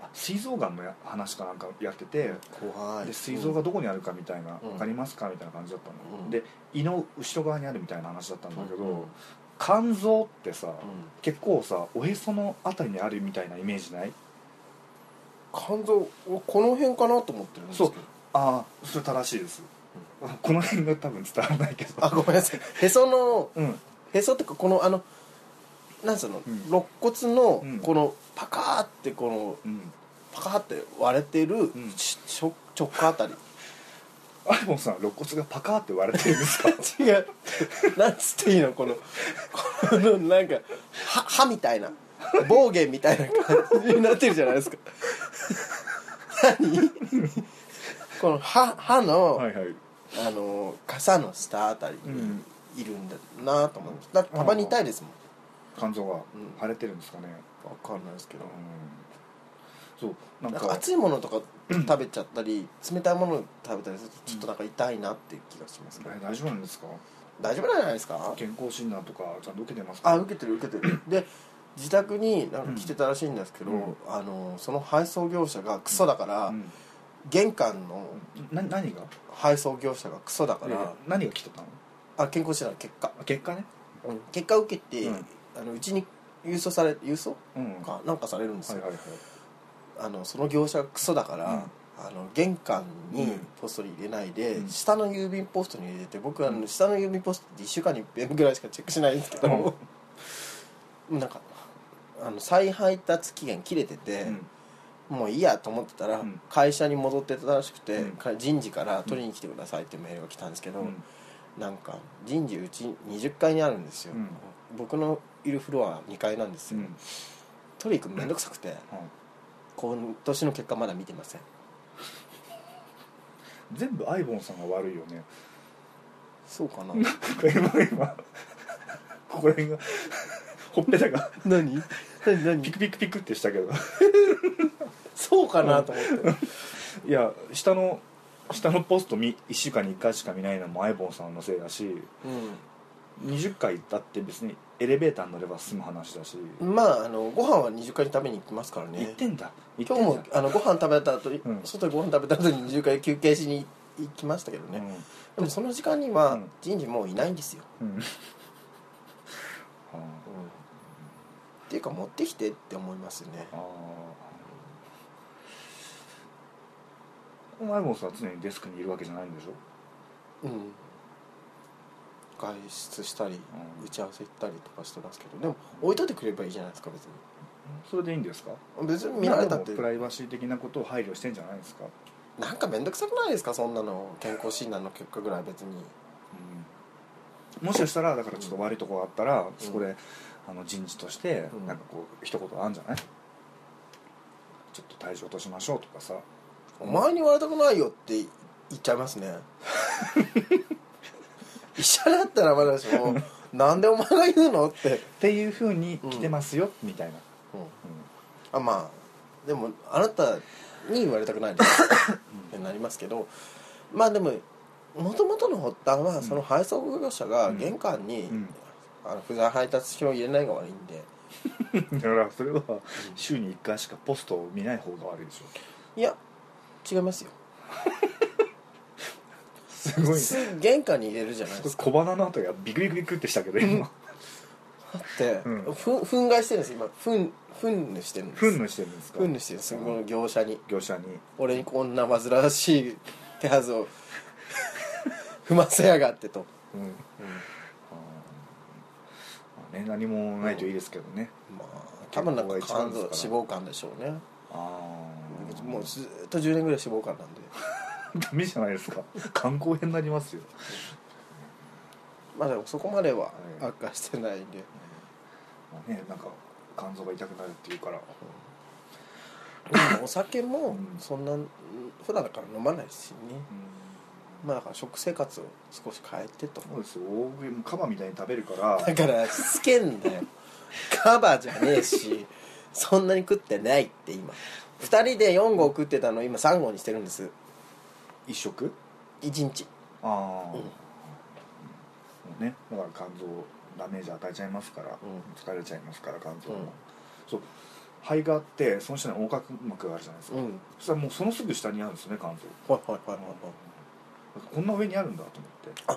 S2: あ膵臓がんのや話かなんかやってて、
S1: うん怖い
S2: で膵臓がどこにあるかみたいな、
S1: うん
S2: 分かりますかみたいな感じだったの、
S1: うん
S2: で胃の後ろ側にあるみたいな話だったんだけど、
S1: うんうん
S2: 肝臓ってさ、
S1: うん
S2: 結構さおへそのあたりにあるみたいなイメージない
S1: 肝臓俺この辺かなと思ってるんですけど
S2: そうああ それ正しいです、この辺が多分伝わらないけど
S1: あごめんなさいへその
S2: うん
S1: へそってかこのあのなんその、
S2: うん
S1: 肋骨の
S2: うん
S1: このパカーってこの
S2: うん
S1: パカーって割れてる
S2: ん
S1: ちちょ直下あたり
S2: アイボンさん肋骨がパカーって割れてるん ですか
S1: 違うなんつっていいのこのこのなんか歯歯みたいな暴言みたいな感じになってるじゃないですか 何この歯歯の、
S2: はいはい
S1: あの傘の下あたり
S2: うん
S1: にいるんだなと思ってだってたまに痛いですもん
S2: 肝臓が
S1: ん
S2: 腫れてるんですかね
S1: 分かんないですけど
S2: うんそうなん
S1: なん
S2: か
S1: か熱いものとか食べちゃったり冷たいもの食べたりするとちょっとなんか痛いなっていう気がしますね
S2: え大丈夫なんですか
S1: 大丈夫なんじゃないですか
S2: 健康診断とかちゃんと受けてますか
S1: あ受けてる受けてるで自宅になんか来てたらしいんですけど、
S2: うん
S1: あのその配送業者がクソだから、
S2: うん
S1: 玄関の
S2: な何が
S1: 配送業者がクソだから、
S2: 何が来てたの
S1: あ健康診断の結果、
S2: あ結果ね
S1: 結果受けて、
S2: うん
S1: あのうちに郵送され郵送
S2: うんは
S1: かなんかされるんです
S2: い
S1: よ、
S2: はいはい
S1: あのその業者がクソだから、あの玄関に
S2: うん
S1: ポストに入れないで、
S2: うん
S1: 下の郵便ポストに入れて僕はあの、
S2: うん
S1: 下の郵便ポストって1週間に1遍ぐらいしかチェックしないんですけど、 なんかあの再配達期限切れてて、もういいやと思ってたら、
S2: うん
S1: 会社に戻ってたらしくて、
S2: うん
S1: か人事から取りに来てくださいっていうメールが来たんですけど、
S2: うん
S1: なんか人事うち20階にあるんですよ、
S2: うん
S1: 僕のいるフロア2階なんです
S2: う
S1: よ、
S2: ん
S1: 取り行くのめんどくさくて、
S2: はい
S1: 今年の結果まだ見てません
S2: 全部アイボンさんが悪いよね
S1: そうかな
S2: これ今今ここら辺がほっぺたが
S1: 何 何
S2: ピ
S1: 何
S2: クピクピクってしたけど
S1: そうかなと思って、
S2: いや下の下のポスト1週間に1回しか見ないのもアイボンさんのせいだし20回行ったって別にエレベーター乗れば済む話だし、
S1: うん、まああのご飯は20階に食べに行きますから
S2: 行っ
S1: ね
S2: てんだ行って
S1: 今
S2: ん
S1: 日
S2: だ
S1: もあのご飯食べた後に、
S2: うん
S1: 外でご飯食べた後に20階休憩しに行きましたけどね、でもその時間には
S2: うん
S1: 人事もういないんですよ、
S2: うん、うん、あ
S1: っていうか持ってきてって思いますよね
S2: あーアイボンさんは常にデスクにいるわけじゃないんでしょ
S1: うん外出したり
S2: うん
S1: 打ち合わせ行ったりとかしてますけどでも置いといてくればいいじゃないですか別に
S2: それでいいんですか
S1: 別に見られたって
S2: でもプライバシー的なことを配慮してんじゃないですか、
S1: なんか面倒くさくないですかそんなの健康診断の結果ぐらい別に
S2: もしかしたらだからちょっと悪いとこがあったら、そこであの人事として
S1: うん
S2: なんかこう一言あるんじゃない、ちょっと体重落としましょうとかさ
S1: お前に言われたくないよって言っちゃいますね 医者だったらまだしもなんでお前が言うのって、
S2: っていうふうに来てますよ、みたいな、
S1: うん
S2: う
S1: あまあでもあなたに言われたくないですってなりますけどまあでももともとの発端はその配送業者が玄関に、
S2: うん
S1: あの不在配達品を入れないが悪いんで
S2: ん、だからそれは週に1回しかポストを見ない方が悪いでしょ
S1: いや違い ますよ
S2: すごい
S1: 普通玄関に入れるじゃないですか
S2: 小鼻のあたりがビクビクビクってしたけど今
S1: って、
S2: うん
S1: ふん憤慨してるんです今ふんふんぬしてるんです
S2: ふんのしてるんですか
S1: ふんぬしてるんですこの業者に
S2: 業者に
S1: 俺にこんな煩わしい手はずを 踏ませやがってと、
S2: うん
S1: うん
S2: まあね何もないといいですけどね、
S1: まあ多分なんか
S2: 健康が
S1: 肝
S2: 一
S1: 臓脂
S2: 番ですから
S1: 肪肝でしょうね
S2: ああ
S1: もうずっと10年ぐらい脂肪肝なんで
S2: ダメじゃないですか 観光編になりますよ
S1: まあでもそこまでは
S2: うん
S1: 悪化してないんで、
S2: まあねなんか肝臓が痛くなるっていうから
S1: でもお酒も
S2: うん
S1: そんな普段だから飲まないしね
S2: うん
S1: まあだから食生活を少し変えてと
S2: そうですよ大食いもカバみたいに食べるから
S1: だからしつけんだよカバーじゃねえしそんなに食ってないって今2人で4合食ってたの今3合にしてるんです
S2: 一食
S1: 1日
S2: ああ、
S1: うん
S2: もうねだから肝臓ダメージ与えちゃいますから、
S1: うん
S2: 疲れちゃいますから肝臓も、
S1: うん
S2: そう肺があってその下に横隔膜があるじゃないです
S1: う
S2: か、
S1: ん
S2: そしたらもうそのすぐ下にあるんですよね肝臓
S1: はいはいはいはいはい
S2: こんな上にあるんだと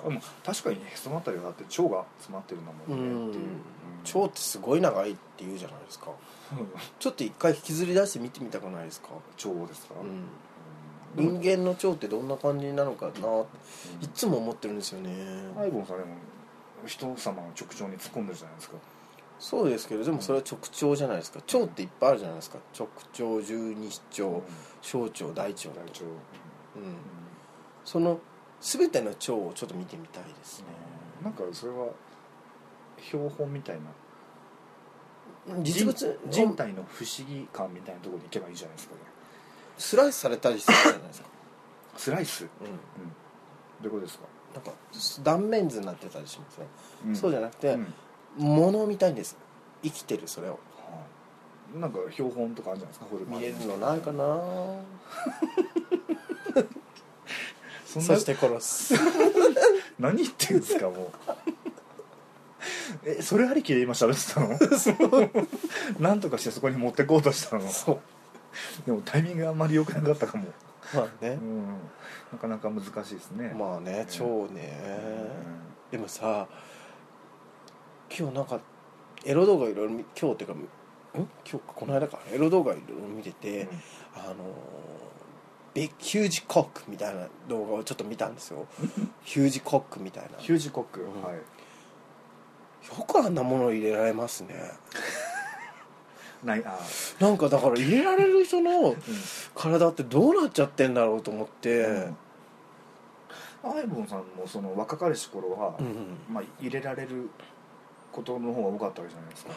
S2: 思ってでも確かにへそのあたりはだって腸が詰まってるんだもんねっていう
S1: うん
S2: うん
S1: 腸ってすごい長いって言うじゃないですかちょっと一回引きずり出して見てみたくないですか、
S2: 腸ですか、
S1: うん、
S2: でも
S1: 人間の腸ってどんな感じなのかなっていつも思ってるんですよね
S2: アイボンさんでも人様の直腸に突っ込んでるじゃないですか
S1: そうですけどでもそれは直腸じゃないですか腸っていっぱいあるじゃないですか直腸十二指腸小腸大腸
S2: 大腸、うん
S1: うんその全ての腸をちょっと見てみたいですね
S2: うんなんかそれは標本みたいな
S1: 実物
S2: 人
S1: 人
S2: 人体の不思議感みたいなところに行けばいいじゃないですかね
S1: スライスされたりするじゃないですか、
S2: スライス、う
S1: う
S2: ん、
S1: ん、
S2: どういうことですか、
S1: なんか断面図になってたりしますね、そうじゃ
S2: な
S1: なくて、物を見たいんです生きてるそれを
S2: はい、なんか標本とかあるじゃないですかホルマ
S1: 見
S2: ン
S1: れるのないかな
S2: そ
S1: そ
S2: んな
S1: して殺す
S2: 何言ってんですかもう えそれありきで今喋ってたの なんとかしてそこに持ってこうとしたの
S1: そう
S2: でもタイミングがあんまり良くなかったかも、
S1: まあ
S2: う
S1: ね、
S2: ん、なかなか難しいですね
S1: まあね腸ね、
S2: う
S1: でもさ今日なんかエロ動画いろいろ見今日っていうかん今日かこの間かエロ動画いろいろ見てて、
S2: ん
S1: あのービヒュージ・コックみたいな動画をちょっと見たんですよヒュージ・コックみたいな
S2: ヒュージコック、
S1: ん
S2: はい
S1: よくあんなもの入れられますね
S2: ないあ
S1: なんかだから入れられる人の
S2: ー、
S1: 体ってどうなっちゃってんだろうと思って、
S2: うんアイボンさんもその若かりし頃は、
S1: うん
S2: まあ、入れられることの方が多かったわけじゃないですか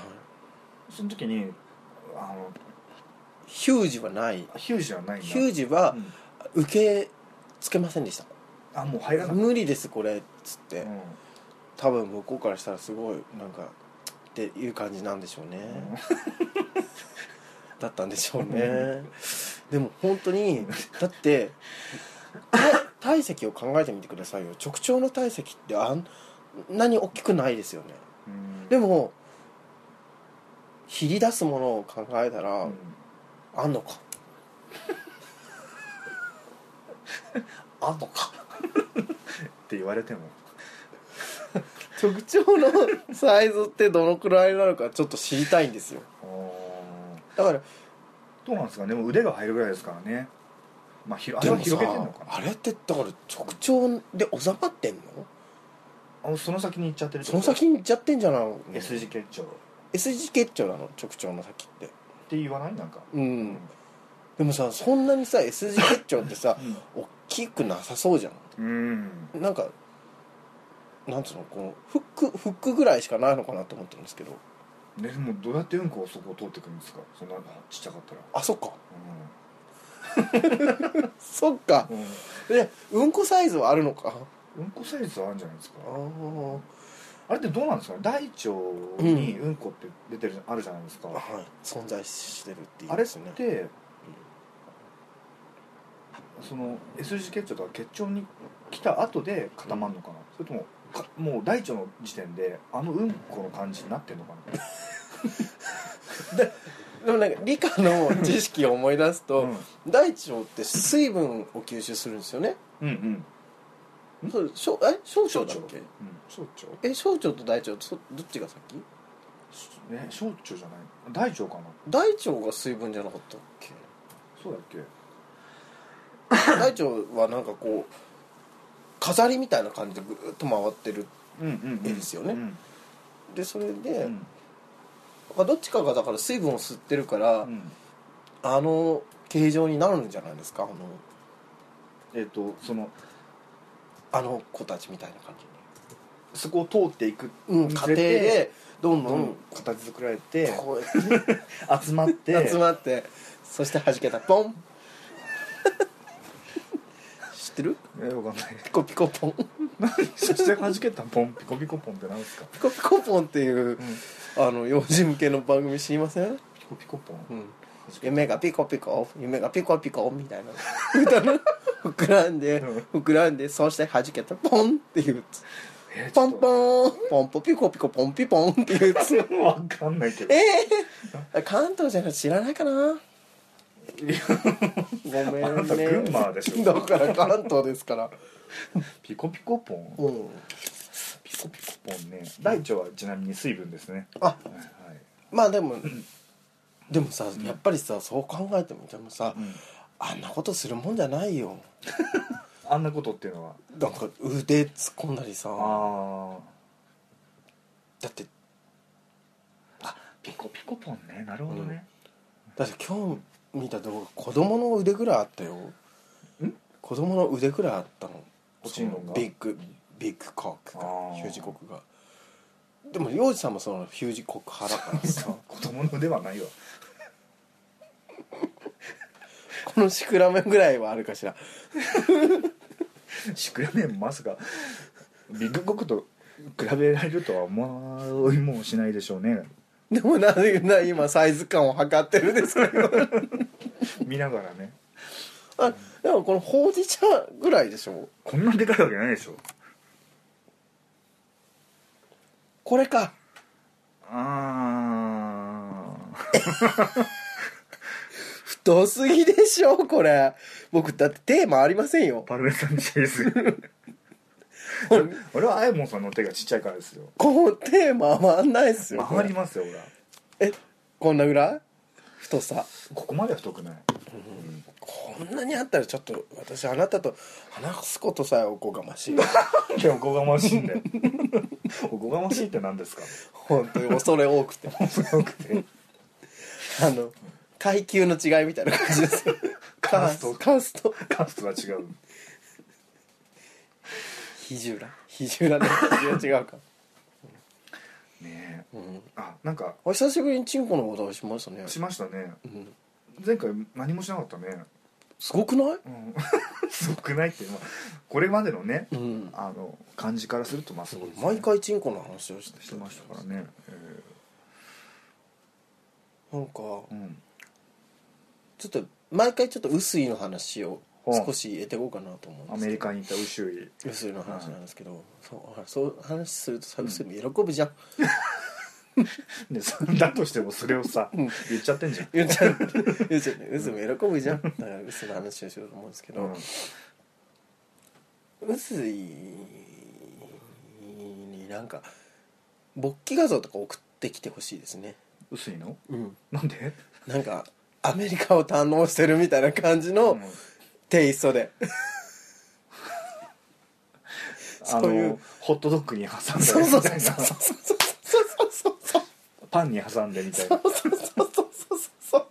S2: その時にあの
S1: ヒュージはない
S2: ヒュージはないんだ
S1: ヒュージは
S2: うん
S1: 受け付けませんでした、
S2: あもう入らない、
S1: 無理ですこれっつって、
S2: うん
S1: 多分向こうからしたらすごいなんかっていう感じなんでしょうね、だったんでしょうねでも本当 にだってた体積を考えてみてくださいよ直腸の体積ってあんなに大きくないですよね
S2: うん
S1: でも切り出すものを考えたら、
S2: うん
S1: あんのか
S2: あんのかって言われても
S1: 直腸のサイズってどのくらいなのかちょっと知りたいんですよ
S2: あー
S1: だから
S2: どうなんですかねでも腕が入るぐらいですからねまあひろあ
S1: で
S2: れは
S1: もさ
S2: 広げてんのかな
S1: あれってだから直腸で収まってんの
S2: あのその先に行っちゃってるっ
S1: そ
S2: てこ
S1: の
S2: と
S1: 先に行っちゃってんじゃないの
S2: S 字結腸っ
S1: S 字結腸なの直腸の先って
S2: て言わないなんか
S1: う
S2: うん
S1: でもさそんなにさ S 字結腸ってさ 大きくなさそうじゃん
S2: うん
S1: なんかなんつうのこうフックフックぐらいしかないのかなと思ってるんですけど
S2: ねでもどうやってうんこをそこを通ってくるんですかそんなちっちゃかったら
S1: あそっかそっか
S2: うん、うん
S1: でうんこサイズはあるのか
S2: うんこサイズはあるんじゃないですか
S1: あー
S2: あれってどうなんですかね大腸にうんこって出てるあるじゃないですか、
S1: はい存在してるっていう
S2: あ
S1: んで
S2: れっ
S1: すね
S2: てその S 字結腸とか結腸に来た後で固まるのかな、それともかもう大腸の時点であのうんこの感じになってるのかな、
S1: でもなんか理科の知識を思い出すと、
S2: うん、
S1: 大腸って水分を吸収するんですよね
S2: うんうん
S1: そうしょえ小腸だっ
S2: 小腸
S1: け
S2: うん小腸
S1: え小腸と大腸とそどっちが先
S2: え小腸じゃない大腸かな
S1: 大腸が水分じゃなかったっけ
S2: そうだっけ
S1: 大腸はなんかこう飾りみたいな感じでぐーっと回ってる
S2: うんうん
S1: 絵ですよね
S2: うん
S1: でそれで、
S2: うん
S1: まあどっちかがだから水分を吸ってるから、
S2: うん
S1: あの形状になるんじゃないですかあの
S2: えっ、とその
S1: あの子たちみたいな感じ
S2: そこを通っていく
S1: に、うん、
S2: に
S1: 家
S2: つ
S1: 庭
S2: れて
S1: でどんど
S2: どんどん
S1: ん
S2: 形作られて
S1: こうやっ
S2: 集まっ てて
S1: 集まってそして弾けたポン 知ってる
S2: えわかんない
S1: ピコピコポン
S2: そして弾けたポンピコピコポンってなんですか
S1: ピコピコポンっていう、あの幼児向けの番組知りません、
S2: ピコピコポン、
S1: うん、
S2: 弾け
S1: 夢がピコピコ夢がピコピコみたいな歌の膨らんで
S2: う
S1: 膨らんでそうして弾けたポンっていう
S2: えー
S1: ポン
S2: ち
S1: ポンポンポピコピコポンピポンっていう
S2: ょっとわかんないけど
S1: ええ関東じゃ知らないかなごめ
S2: あなんた
S1: ね
S2: 群馬でし ょ
S1: だから関東ですから
S2: ピコピコポン
S1: うん
S2: ピコピコポンね大腸はちなみに水分ですね
S1: あ
S2: はいはい
S1: まあでもでもさやっぱりさそう考えてみてもさ
S2: うん
S1: あんなことするもんじゃないよ
S2: あんなことっていうのは
S1: なんか腕突っ込んだりさ
S2: あ
S1: だって
S2: ピコピコポンねなるほどね、
S1: だって今日見た動画子供の腕ぐらいあったよ子供の腕ぐらいあったの
S2: ポチンロンが
S1: そのビッグビッグコックが
S2: あー
S1: ヒュージコックがでも洋二さんもその ヒュージコック派だ からさ
S2: 子供の腕はないわ
S1: このシクラメンぐらいはあるかしら
S2: シクラメンまさかビッグコックと比べられるとは思いもしないでしょうね
S1: でもなんでな今サイズ感を測ってるんですけど
S2: 見ながらね
S1: あでもこのほうじ茶ぐらいでしょ
S2: こんなでかいわけないでしょ
S1: これか
S2: あ
S1: 太すぎでしょこれ僕だってテーマありませんよ
S2: ーパルメザンチーズ 俺はあやもんさんの手がちっちゃいからですよ
S1: このテーマ回んないですよこれ
S2: 回りますよ俺は
S1: えこんなぐらい太さ
S2: ここまでは太くない
S1: こんなにあったらちょっと私あなたと話すことさえおこがまし い
S2: なんでおこがましいんだよ おこがましいって何ですか
S1: 本当に恐れ多くてあ
S2: すごくて
S1: の階級の違いみたいな感じですよ
S2: カースト
S1: カースト
S2: カーストは違う
S1: 比重ら比重らね比重は違うか、
S2: ねえ
S1: うん、
S2: あなんか
S1: お久しぶりにチンコのことをしましたね、
S2: しましたね
S1: うん、
S2: 前回何もしなかったね
S1: すごくない
S2: うん すごくないって、まあ、これまでのね
S1: うん
S2: あの感じからするとまあすごいですね
S1: 毎回チンコの話をして
S2: してましたからね、え
S1: なんかちょ
S2: ーうん、
S1: っと毎回ちょっと薄いの話を少し入れていこうかなと思うん
S2: ア
S1: ですけ
S2: メリ
S1: ど
S2: カに行ったウシュイ
S1: ウスの話なんですけど、そうほらそう話するとさウス喜ぶじゃん、
S2: で そだとしてもそれをさ言っちゃってんじゃん、
S1: 言っちゃう言っちゃうねウスも喜ぶじゃんだからウスの話をしようと思うんですけ
S2: う
S1: ど、
S2: ん、
S1: ウスになんか勃起画像とか送ってきてほしいですね
S2: 薄いの
S1: うん
S2: なんで、
S1: なんかアメリカを堪能してるみたいな感じの
S2: うん
S1: テイストで、
S2: あ
S1: そういう
S2: のホットドッグに挟ん
S1: そうそう
S2: で
S1: そう
S2: み
S1: そう
S2: たいな
S1: そうそうそうそう
S2: パンに挟んでみたい
S1: そう
S2: な
S1: そうそうそうそうそう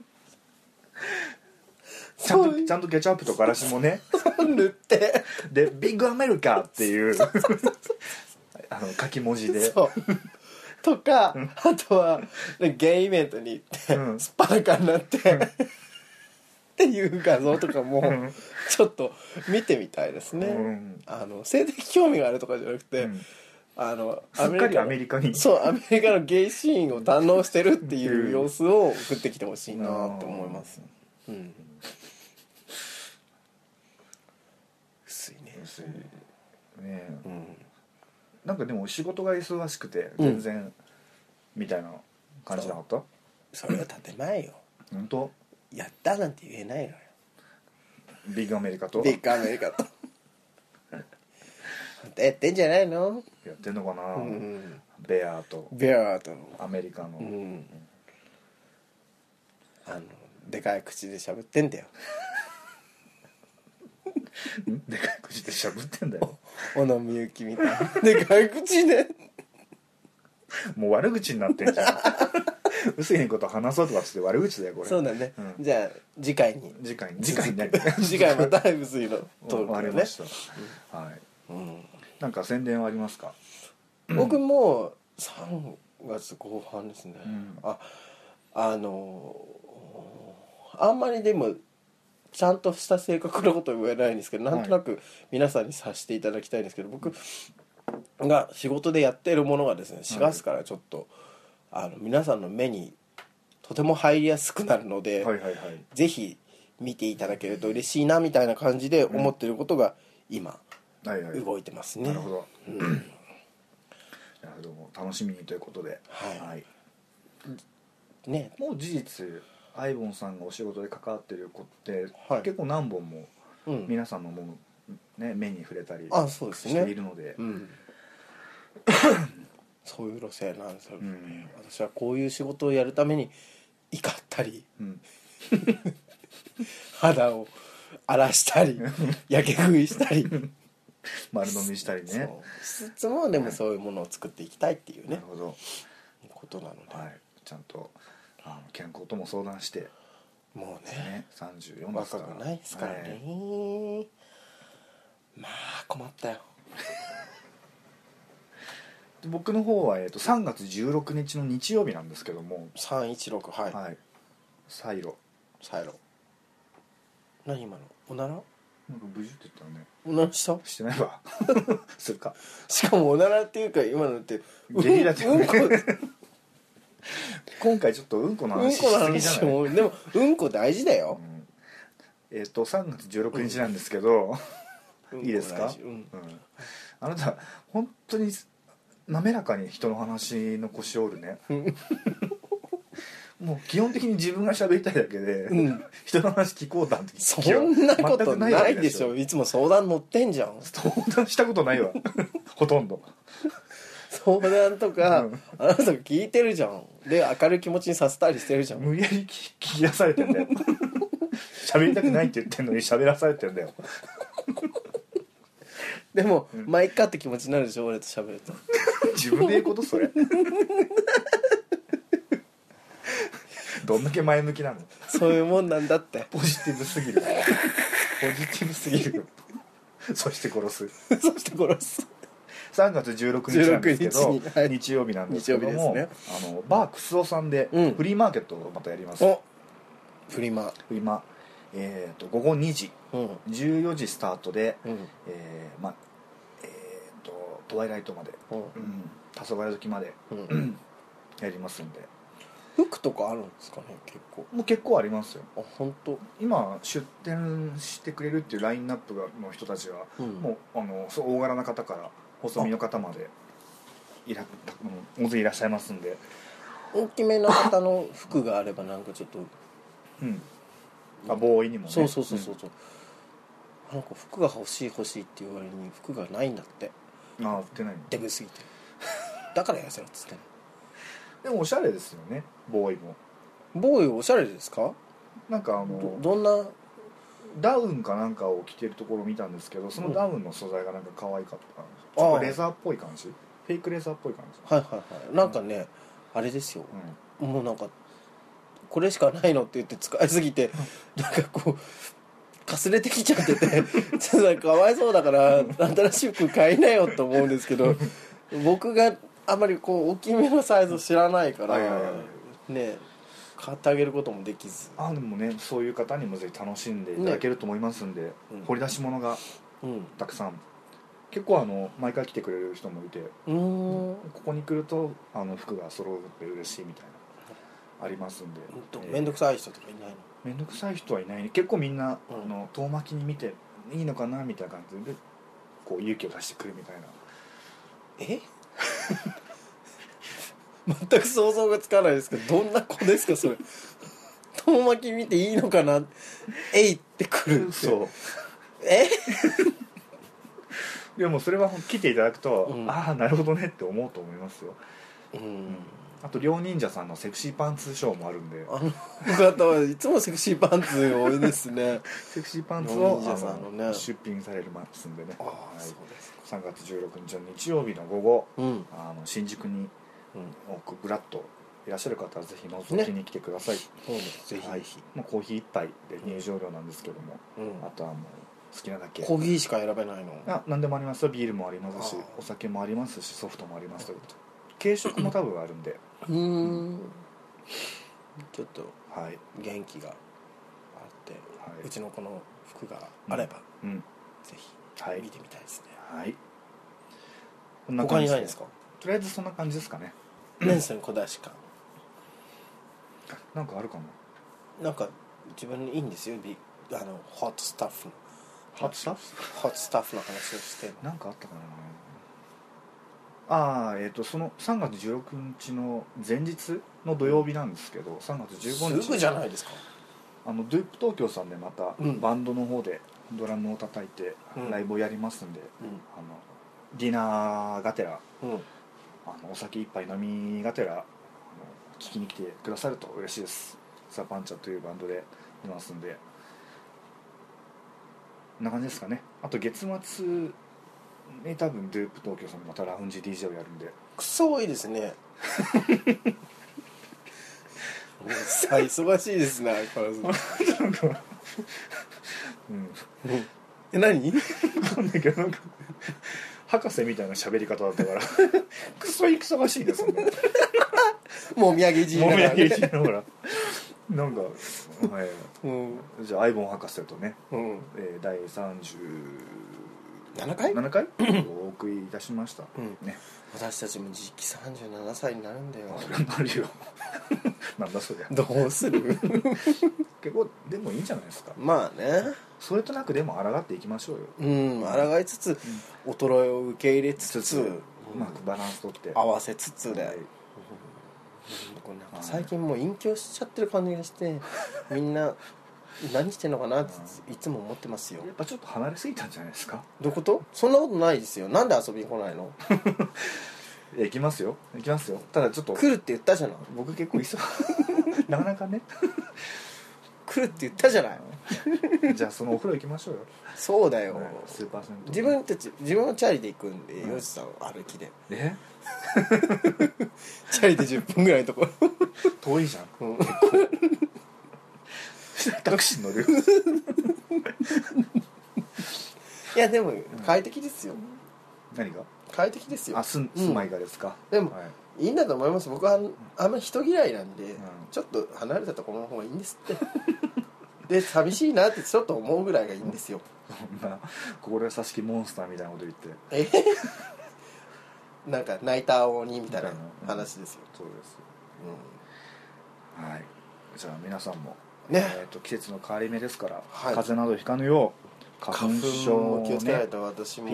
S2: ちゃん
S1: そういう
S2: とちゃんとケチャップとからしもね
S1: 塗って
S2: で「ビッグアメリカ」っていう あの書き文字で
S1: そうとか、あとはゲイイベントに行って、
S2: うん
S1: スパルカになって、っていう画像とかも、
S2: うん
S1: ちょっと見てみたいですね、
S2: うん
S1: あの性的興味があるとかじゃなくて、
S2: うん
S1: あの
S2: すっかり
S1: の
S2: アメリカに
S1: そうアメリカのゲイシーンを堪能してるっていう様子を送ってきてほしいなと思いますうん薄いね
S2: 薄いね
S1: うん
S2: なんかでも仕事が忙しくて
S1: うん
S2: 全然、みたいな感じなかった
S1: それは建前よ
S2: 本当
S1: やったなんて言えないのよ
S2: ビッグアメリカと
S1: ビッグアメリカと本当やってんじゃないの
S2: やってんのかな、
S1: うん
S2: ベアと
S1: ベアーと
S2: アメリカの、
S1: うんあのでかい口で喋ってんだよ
S2: でかい口でしゃぶってんだよ
S1: 小野みゆきみたいな でかい口で
S2: もう悪口になってんじ ゃん薄いこと話そうとかして悪口だよこれ
S1: そうだね、
S2: うん
S1: じゃあ次回に
S2: 次回に次回にね
S1: 次回また「薄いのト
S2: 終わ
S1: ーク
S2: り
S1: を
S2: ま
S1: ね
S2: し、た、はい
S1: うん
S2: なんか宣伝はありますか
S1: 僕も3月後半ですね、
S2: うん
S1: ああのあんまりでもちゃんとした正確なことは言えないんですけどなんとなく皆さんにさせていただきたいんですけど、僕が仕事でやっているものがですね4月からちょっと、あの皆さんの目にとても入りやすくなるので、
S2: はいはいはい
S1: ぜひ見ていただけると嬉しいなみたいな感じで思ってることが今
S2: はいはい
S1: 動いてますね、
S2: なるほど、なるほどもう楽しみにということで
S1: はい
S2: はい
S1: ね
S2: もう事実アイボンさんがお仕事で関わってる子って、
S1: はい
S2: 結構何本も
S1: うん
S2: 皆さんのもう、ね、目に触れたり
S1: あそうですね
S2: しているので
S1: うん そういう路線なんですよ、
S2: うん
S1: 私はこういう仕事をやるために怒ったり
S2: うん
S1: 肌を荒らしたりやけ食いしたり
S2: 丸飲みしたりね
S1: そうしつつもでもそういうものを作っていきたいっていうね
S2: なるほど、
S1: ことなので、
S2: はい、ちゃんとあの健康とも相談して、
S1: もうね
S2: ね、34です
S1: 若
S2: から
S1: くないですからね、
S2: はい
S1: まあ困ったよ
S2: で僕の方は、えー、と3月16日の日曜日なんですけども
S1: 316はい、
S2: はいサイロ
S1: サイロ何今のおなら
S2: なんか無事って言ったらね
S1: おならした
S2: してな いわするか
S1: しかもおならっていうか今のって
S2: ゲリラだよね
S1: うんこ
S2: 今回ちょっとうんこの
S1: うん
S2: 話し
S1: この
S2: すぎじゃ
S1: 話
S2: ない、
S1: もでもうんこ大事だよ、
S2: えっ、と3月16日なんですけど、
S1: うんこ
S2: いいです
S1: 大
S2: か
S1: 事、うん
S2: うんあなた本当に滑らかに人の話の腰折 るねもう基本的に自分が喋りたいだけで、
S1: うん
S2: 人の話聞こうなんて
S1: そ
S2: 気は
S1: んなこ
S2: 全
S1: と
S2: く
S1: ないでし
S2: わ
S1: ょ
S2: け
S1: いつも相談乗ってんじゃん
S2: 相談したことないわほとんど
S1: 相談とか、
S2: うん
S1: あなた聞いてるじゃんで明るい気持ちにさせたりしてるじゃん
S2: 無理やり聞き聞き出されてんだよ喋りたくないって言ってんのに喋らされてんだよ
S1: でも、まあいっかって気持ちになるでしょ俺と喋ると
S2: 自分で言うことそれどんだけ前向きなの
S1: そういうもんなんだ って
S2: ポジティブすぎるポジティブすぎるそして殺す
S1: そして殺す
S2: 3月16日なんですけど
S1: 16日にはい
S2: 日曜日なんですけども、
S1: 日曜日で
S2: あのバークスオさんで
S1: うん
S2: フリーマーケットをまたやります、
S1: おプリマ
S2: 今、えー、と午後2時
S1: うん
S2: 14時スタートで、
S1: うん
S2: えーまあえー、とトワイライトまで、
S1: う
S2: うん、黄昏時まで、
S1: ん
S2: う
S1: うん
S2: んやりますんで
S1: 服とかあるんですかね結構
S2: もう結構ありますよ
S1: あ本当
S2: 今出店してくれるっていうラインナップがの人たちは
S1: うん
S2: もうあのそう大柄な方から細身の方までいらうん大勢いらっしゃいますんで、
S1: 大きめの方の服があればなんかちょっと、
S2: うん、あボーイにもね
S1: そうそうそうそう、そうなんか服が欲しい欲しいっていう割に服がないんだって
S2: うんあ売ってないの
S1: デブすぎてだから痩せろっつってん
S2: でもおしゃれですよねボーイも
S1: のボーイおしゃれですか
S2: なんかあ
S1: ど
S2: の
S1: どんな
S2: ダウンかなんかを着てるところを見たんですけどそのダウンの素材がなんか可愛かった感じちょっ
S1: ああ
S2: とレザーっぽい感じフェイクレザーっぽい感じ、
S1: はいはいはいなんかね、あれですよ
S2: うん、
S1: もうなんかこれしかないのって言って使いすぎてなんかこうかすれてきちゃっててちょっとなんかかわいそうだから新しい服買いなよと思うんですけど僕があまりこう大きめのサイズを知らないから、
S2: はいはいは
S1: ね買ってあげることもできず、
S2: あでもねそういう方にもぜひ楽しんでいただけると思いますんで、
S1: うん
S2: 掘り出し物が
S1: うん、
S2: たくさん結構あの毎回来てくれる人もいて
S1: うーん
S2: ここに来るとあの服が揃うって嬉しいみたいなありますんで
S1: ほんと
S2: えー
S1: 面倒くさい人とかいないの
S2: めんどくさい人はいない結構みんな、
S1: うん
S2: あの遠巻きに見ていいのかなみたいな感じでこう勇気を出してくるみたいな
S1: え 全く想像がつかないですけどどんな子ですかそれ 遠巻き見ていいのかなえいってくるって
S2: そう
S1: え
S2: でもそれは来ていただくと、
S1: うん
S2: ああなるほどねって思うと思いますよ
S1: うん
S2: あと両忍者さんのセクシーパンツショーもあるんで
S1: あの方はいつもセクシーパンツ多いです ね
S2: セクシーパンツを
S1: 両忍者さんのね
S2: あの出品されますんでね、はい
S1: ですか
S2: 3月16日の日曜日の午後
S1: うん、うん、
S2: あの新宿にこうぐらっといらっしゃる方はぜひ覗きに来てください、
S1: そうですぜひ、
S2: はいまあ、コーヒー一杯で入場料なんですけども、
S1: うん
S2: あ、とはもう好きなだけ
S1: コーヒーしか選べないの
S2: あ何でもありますよビールもありますし
S1: あー
S2: お酒もありますしソフトもありますということ軽食も多分あるんで、
S1: うーんちょっと
S2: はい、
S1: 元気があって、
S2: はいう
S1: ちの子の服があれば、
S2: うん、
S1: ぜ
S2: はい
S1: ひ見てみたいですね、
S2: はいこん
S1: 他
S2: 感
S1: に
S2: じ
S1: ないですか
S2: とりあえずそんな感じですかね
S1: 何それ小出しか
S2: なんかあるかな
S1: なんか自分にいいんですよビあのホットスタッフの
S2: ハッツタフ
S1: ホットスタッフの話をしても
S2: なんかあったかなああえっ、とその3月16日の前日の土曜日なんですけど3月15日
S1: すぐじゃないですか
S2: あのドゥープ東京さんでまた
S1: うん
S2: バンドの方でドラムを叩いて
S1: うん
S2: ライブをやりますんで、あのディナーがてら
S1: うんうん
S2: あのお酒一杯飲みがてらあの聞きに来てくださると嬉しいですザ・パンチャというバンドでいますんでこんな感じですかねあと月末ね多分ドゥープ東京さんまたラウンジ DJ をやるんで
S1: クソ多いですねもう さ忙しいですな相変わらず
S2: うん
S1: え何
S2: 分かんないけどなんか博士みたいな喋り方だったからクソ忙しいですね
S1: もみあげじい
S2: も
S1: なが
S2: み
S1: ら
S2: あげ
S1: ね
S2: しながらなんか、はい、
S1: うん
S2: じゃあアイボン博士とね、
S1: うん
S2: えー、第37
S1: 7回
S2: 回お送りいたしました、
S1: うん
S2: ね
S1: 私たちも時期37歳になるんだよ
S2: あそれはなるよ なんだそりゃ
S1: どうする
S2: 結構でもいいんじゃないですか
S1: まあね
S2: それとなくでも抗っていきましょうよ
S1: うん抗いつつ、衰えを受け入れつつ
S2: つつうまくバランスとって
S1: 合わせつつで、
S2: はい
S1: これなんか最近もう隠居しちゃってる感じが してみんな何してんのかなっていつも思ってますよ
S2: やっぱちょっと離れすぎたんじゃないですか
S1: どういうことそんなことないですよなんで遊びに来 ないの
S2: いや行きますよ行きますよただちょっと
S1: 来るって言ったじゃない
S2: 僕結構忙 なかなかね
S1: 来るって言ったじゃない
S2: じゃあそのお風呂行きましょうよ
S1: そうだよ、
S2: はいスーパー銭湯
S1: 自分たち自分はチャリで行くんで
S2: うん
S1: ヨシさんは歩きで
S2: え
S1: チャリで10分ぐらいのとこ ろ
S2: 遠いじゃん
S1: うん
S2: タクシー乗る
S1: いやでも快適ですよ
S2: 何が
S1: 快適ですよ
S2: あすん住まいがですか、
S1: でも
S2: はい
S1: いいんだと思います僕はあんあんまり人嫌いなんで、
S2: ん
S1: ちょっと離れたところの方がいいんですって で寂しいなってちょっと思うぐらいがいいんですよ
S2: そんな心優しきモンスターみたいなこと言って
S1: え へへなんか泣いた鬼みたいな話ですよ、
S2: そうです
S1: う
S2: はいじゃあ皆さんも
S1: ん、ね
S2: えー、と季節の変わり目ですから、
S1: はい
S2: 風邪などひかぬよう
S1: 花
S2: 花粉
S1: 粉
S2: 症
S1: も気を
S2: を
S1: つけない
S2: ね
S1: と私も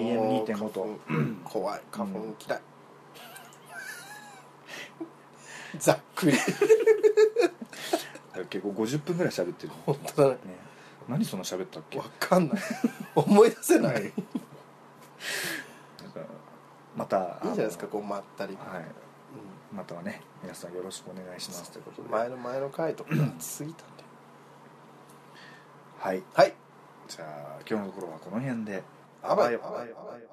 S2: PM2.5 と
S1: 花粉怖い花粉嫌い、 ざっくり
S2: 結構50分ぐらい喋ってる
S1: 本当だね
S2: ね何そんな喋ったっけ
S1: わかんない思い出せない、、
S2: はい
S1: い
S2: いなんかまた
S1: じゃないですか
S2: あ
S1: こうまったり、
S2: のはいまたはね皆さんよろしくお願いしますということ
S1: うん
S2: で
S1: 前の前の回とか熱すぎたんで
S2: はい
S1: はい
S2: じゃあ今日のところはこの辺で
S1: あばよ
S2: あばよあばよあばよ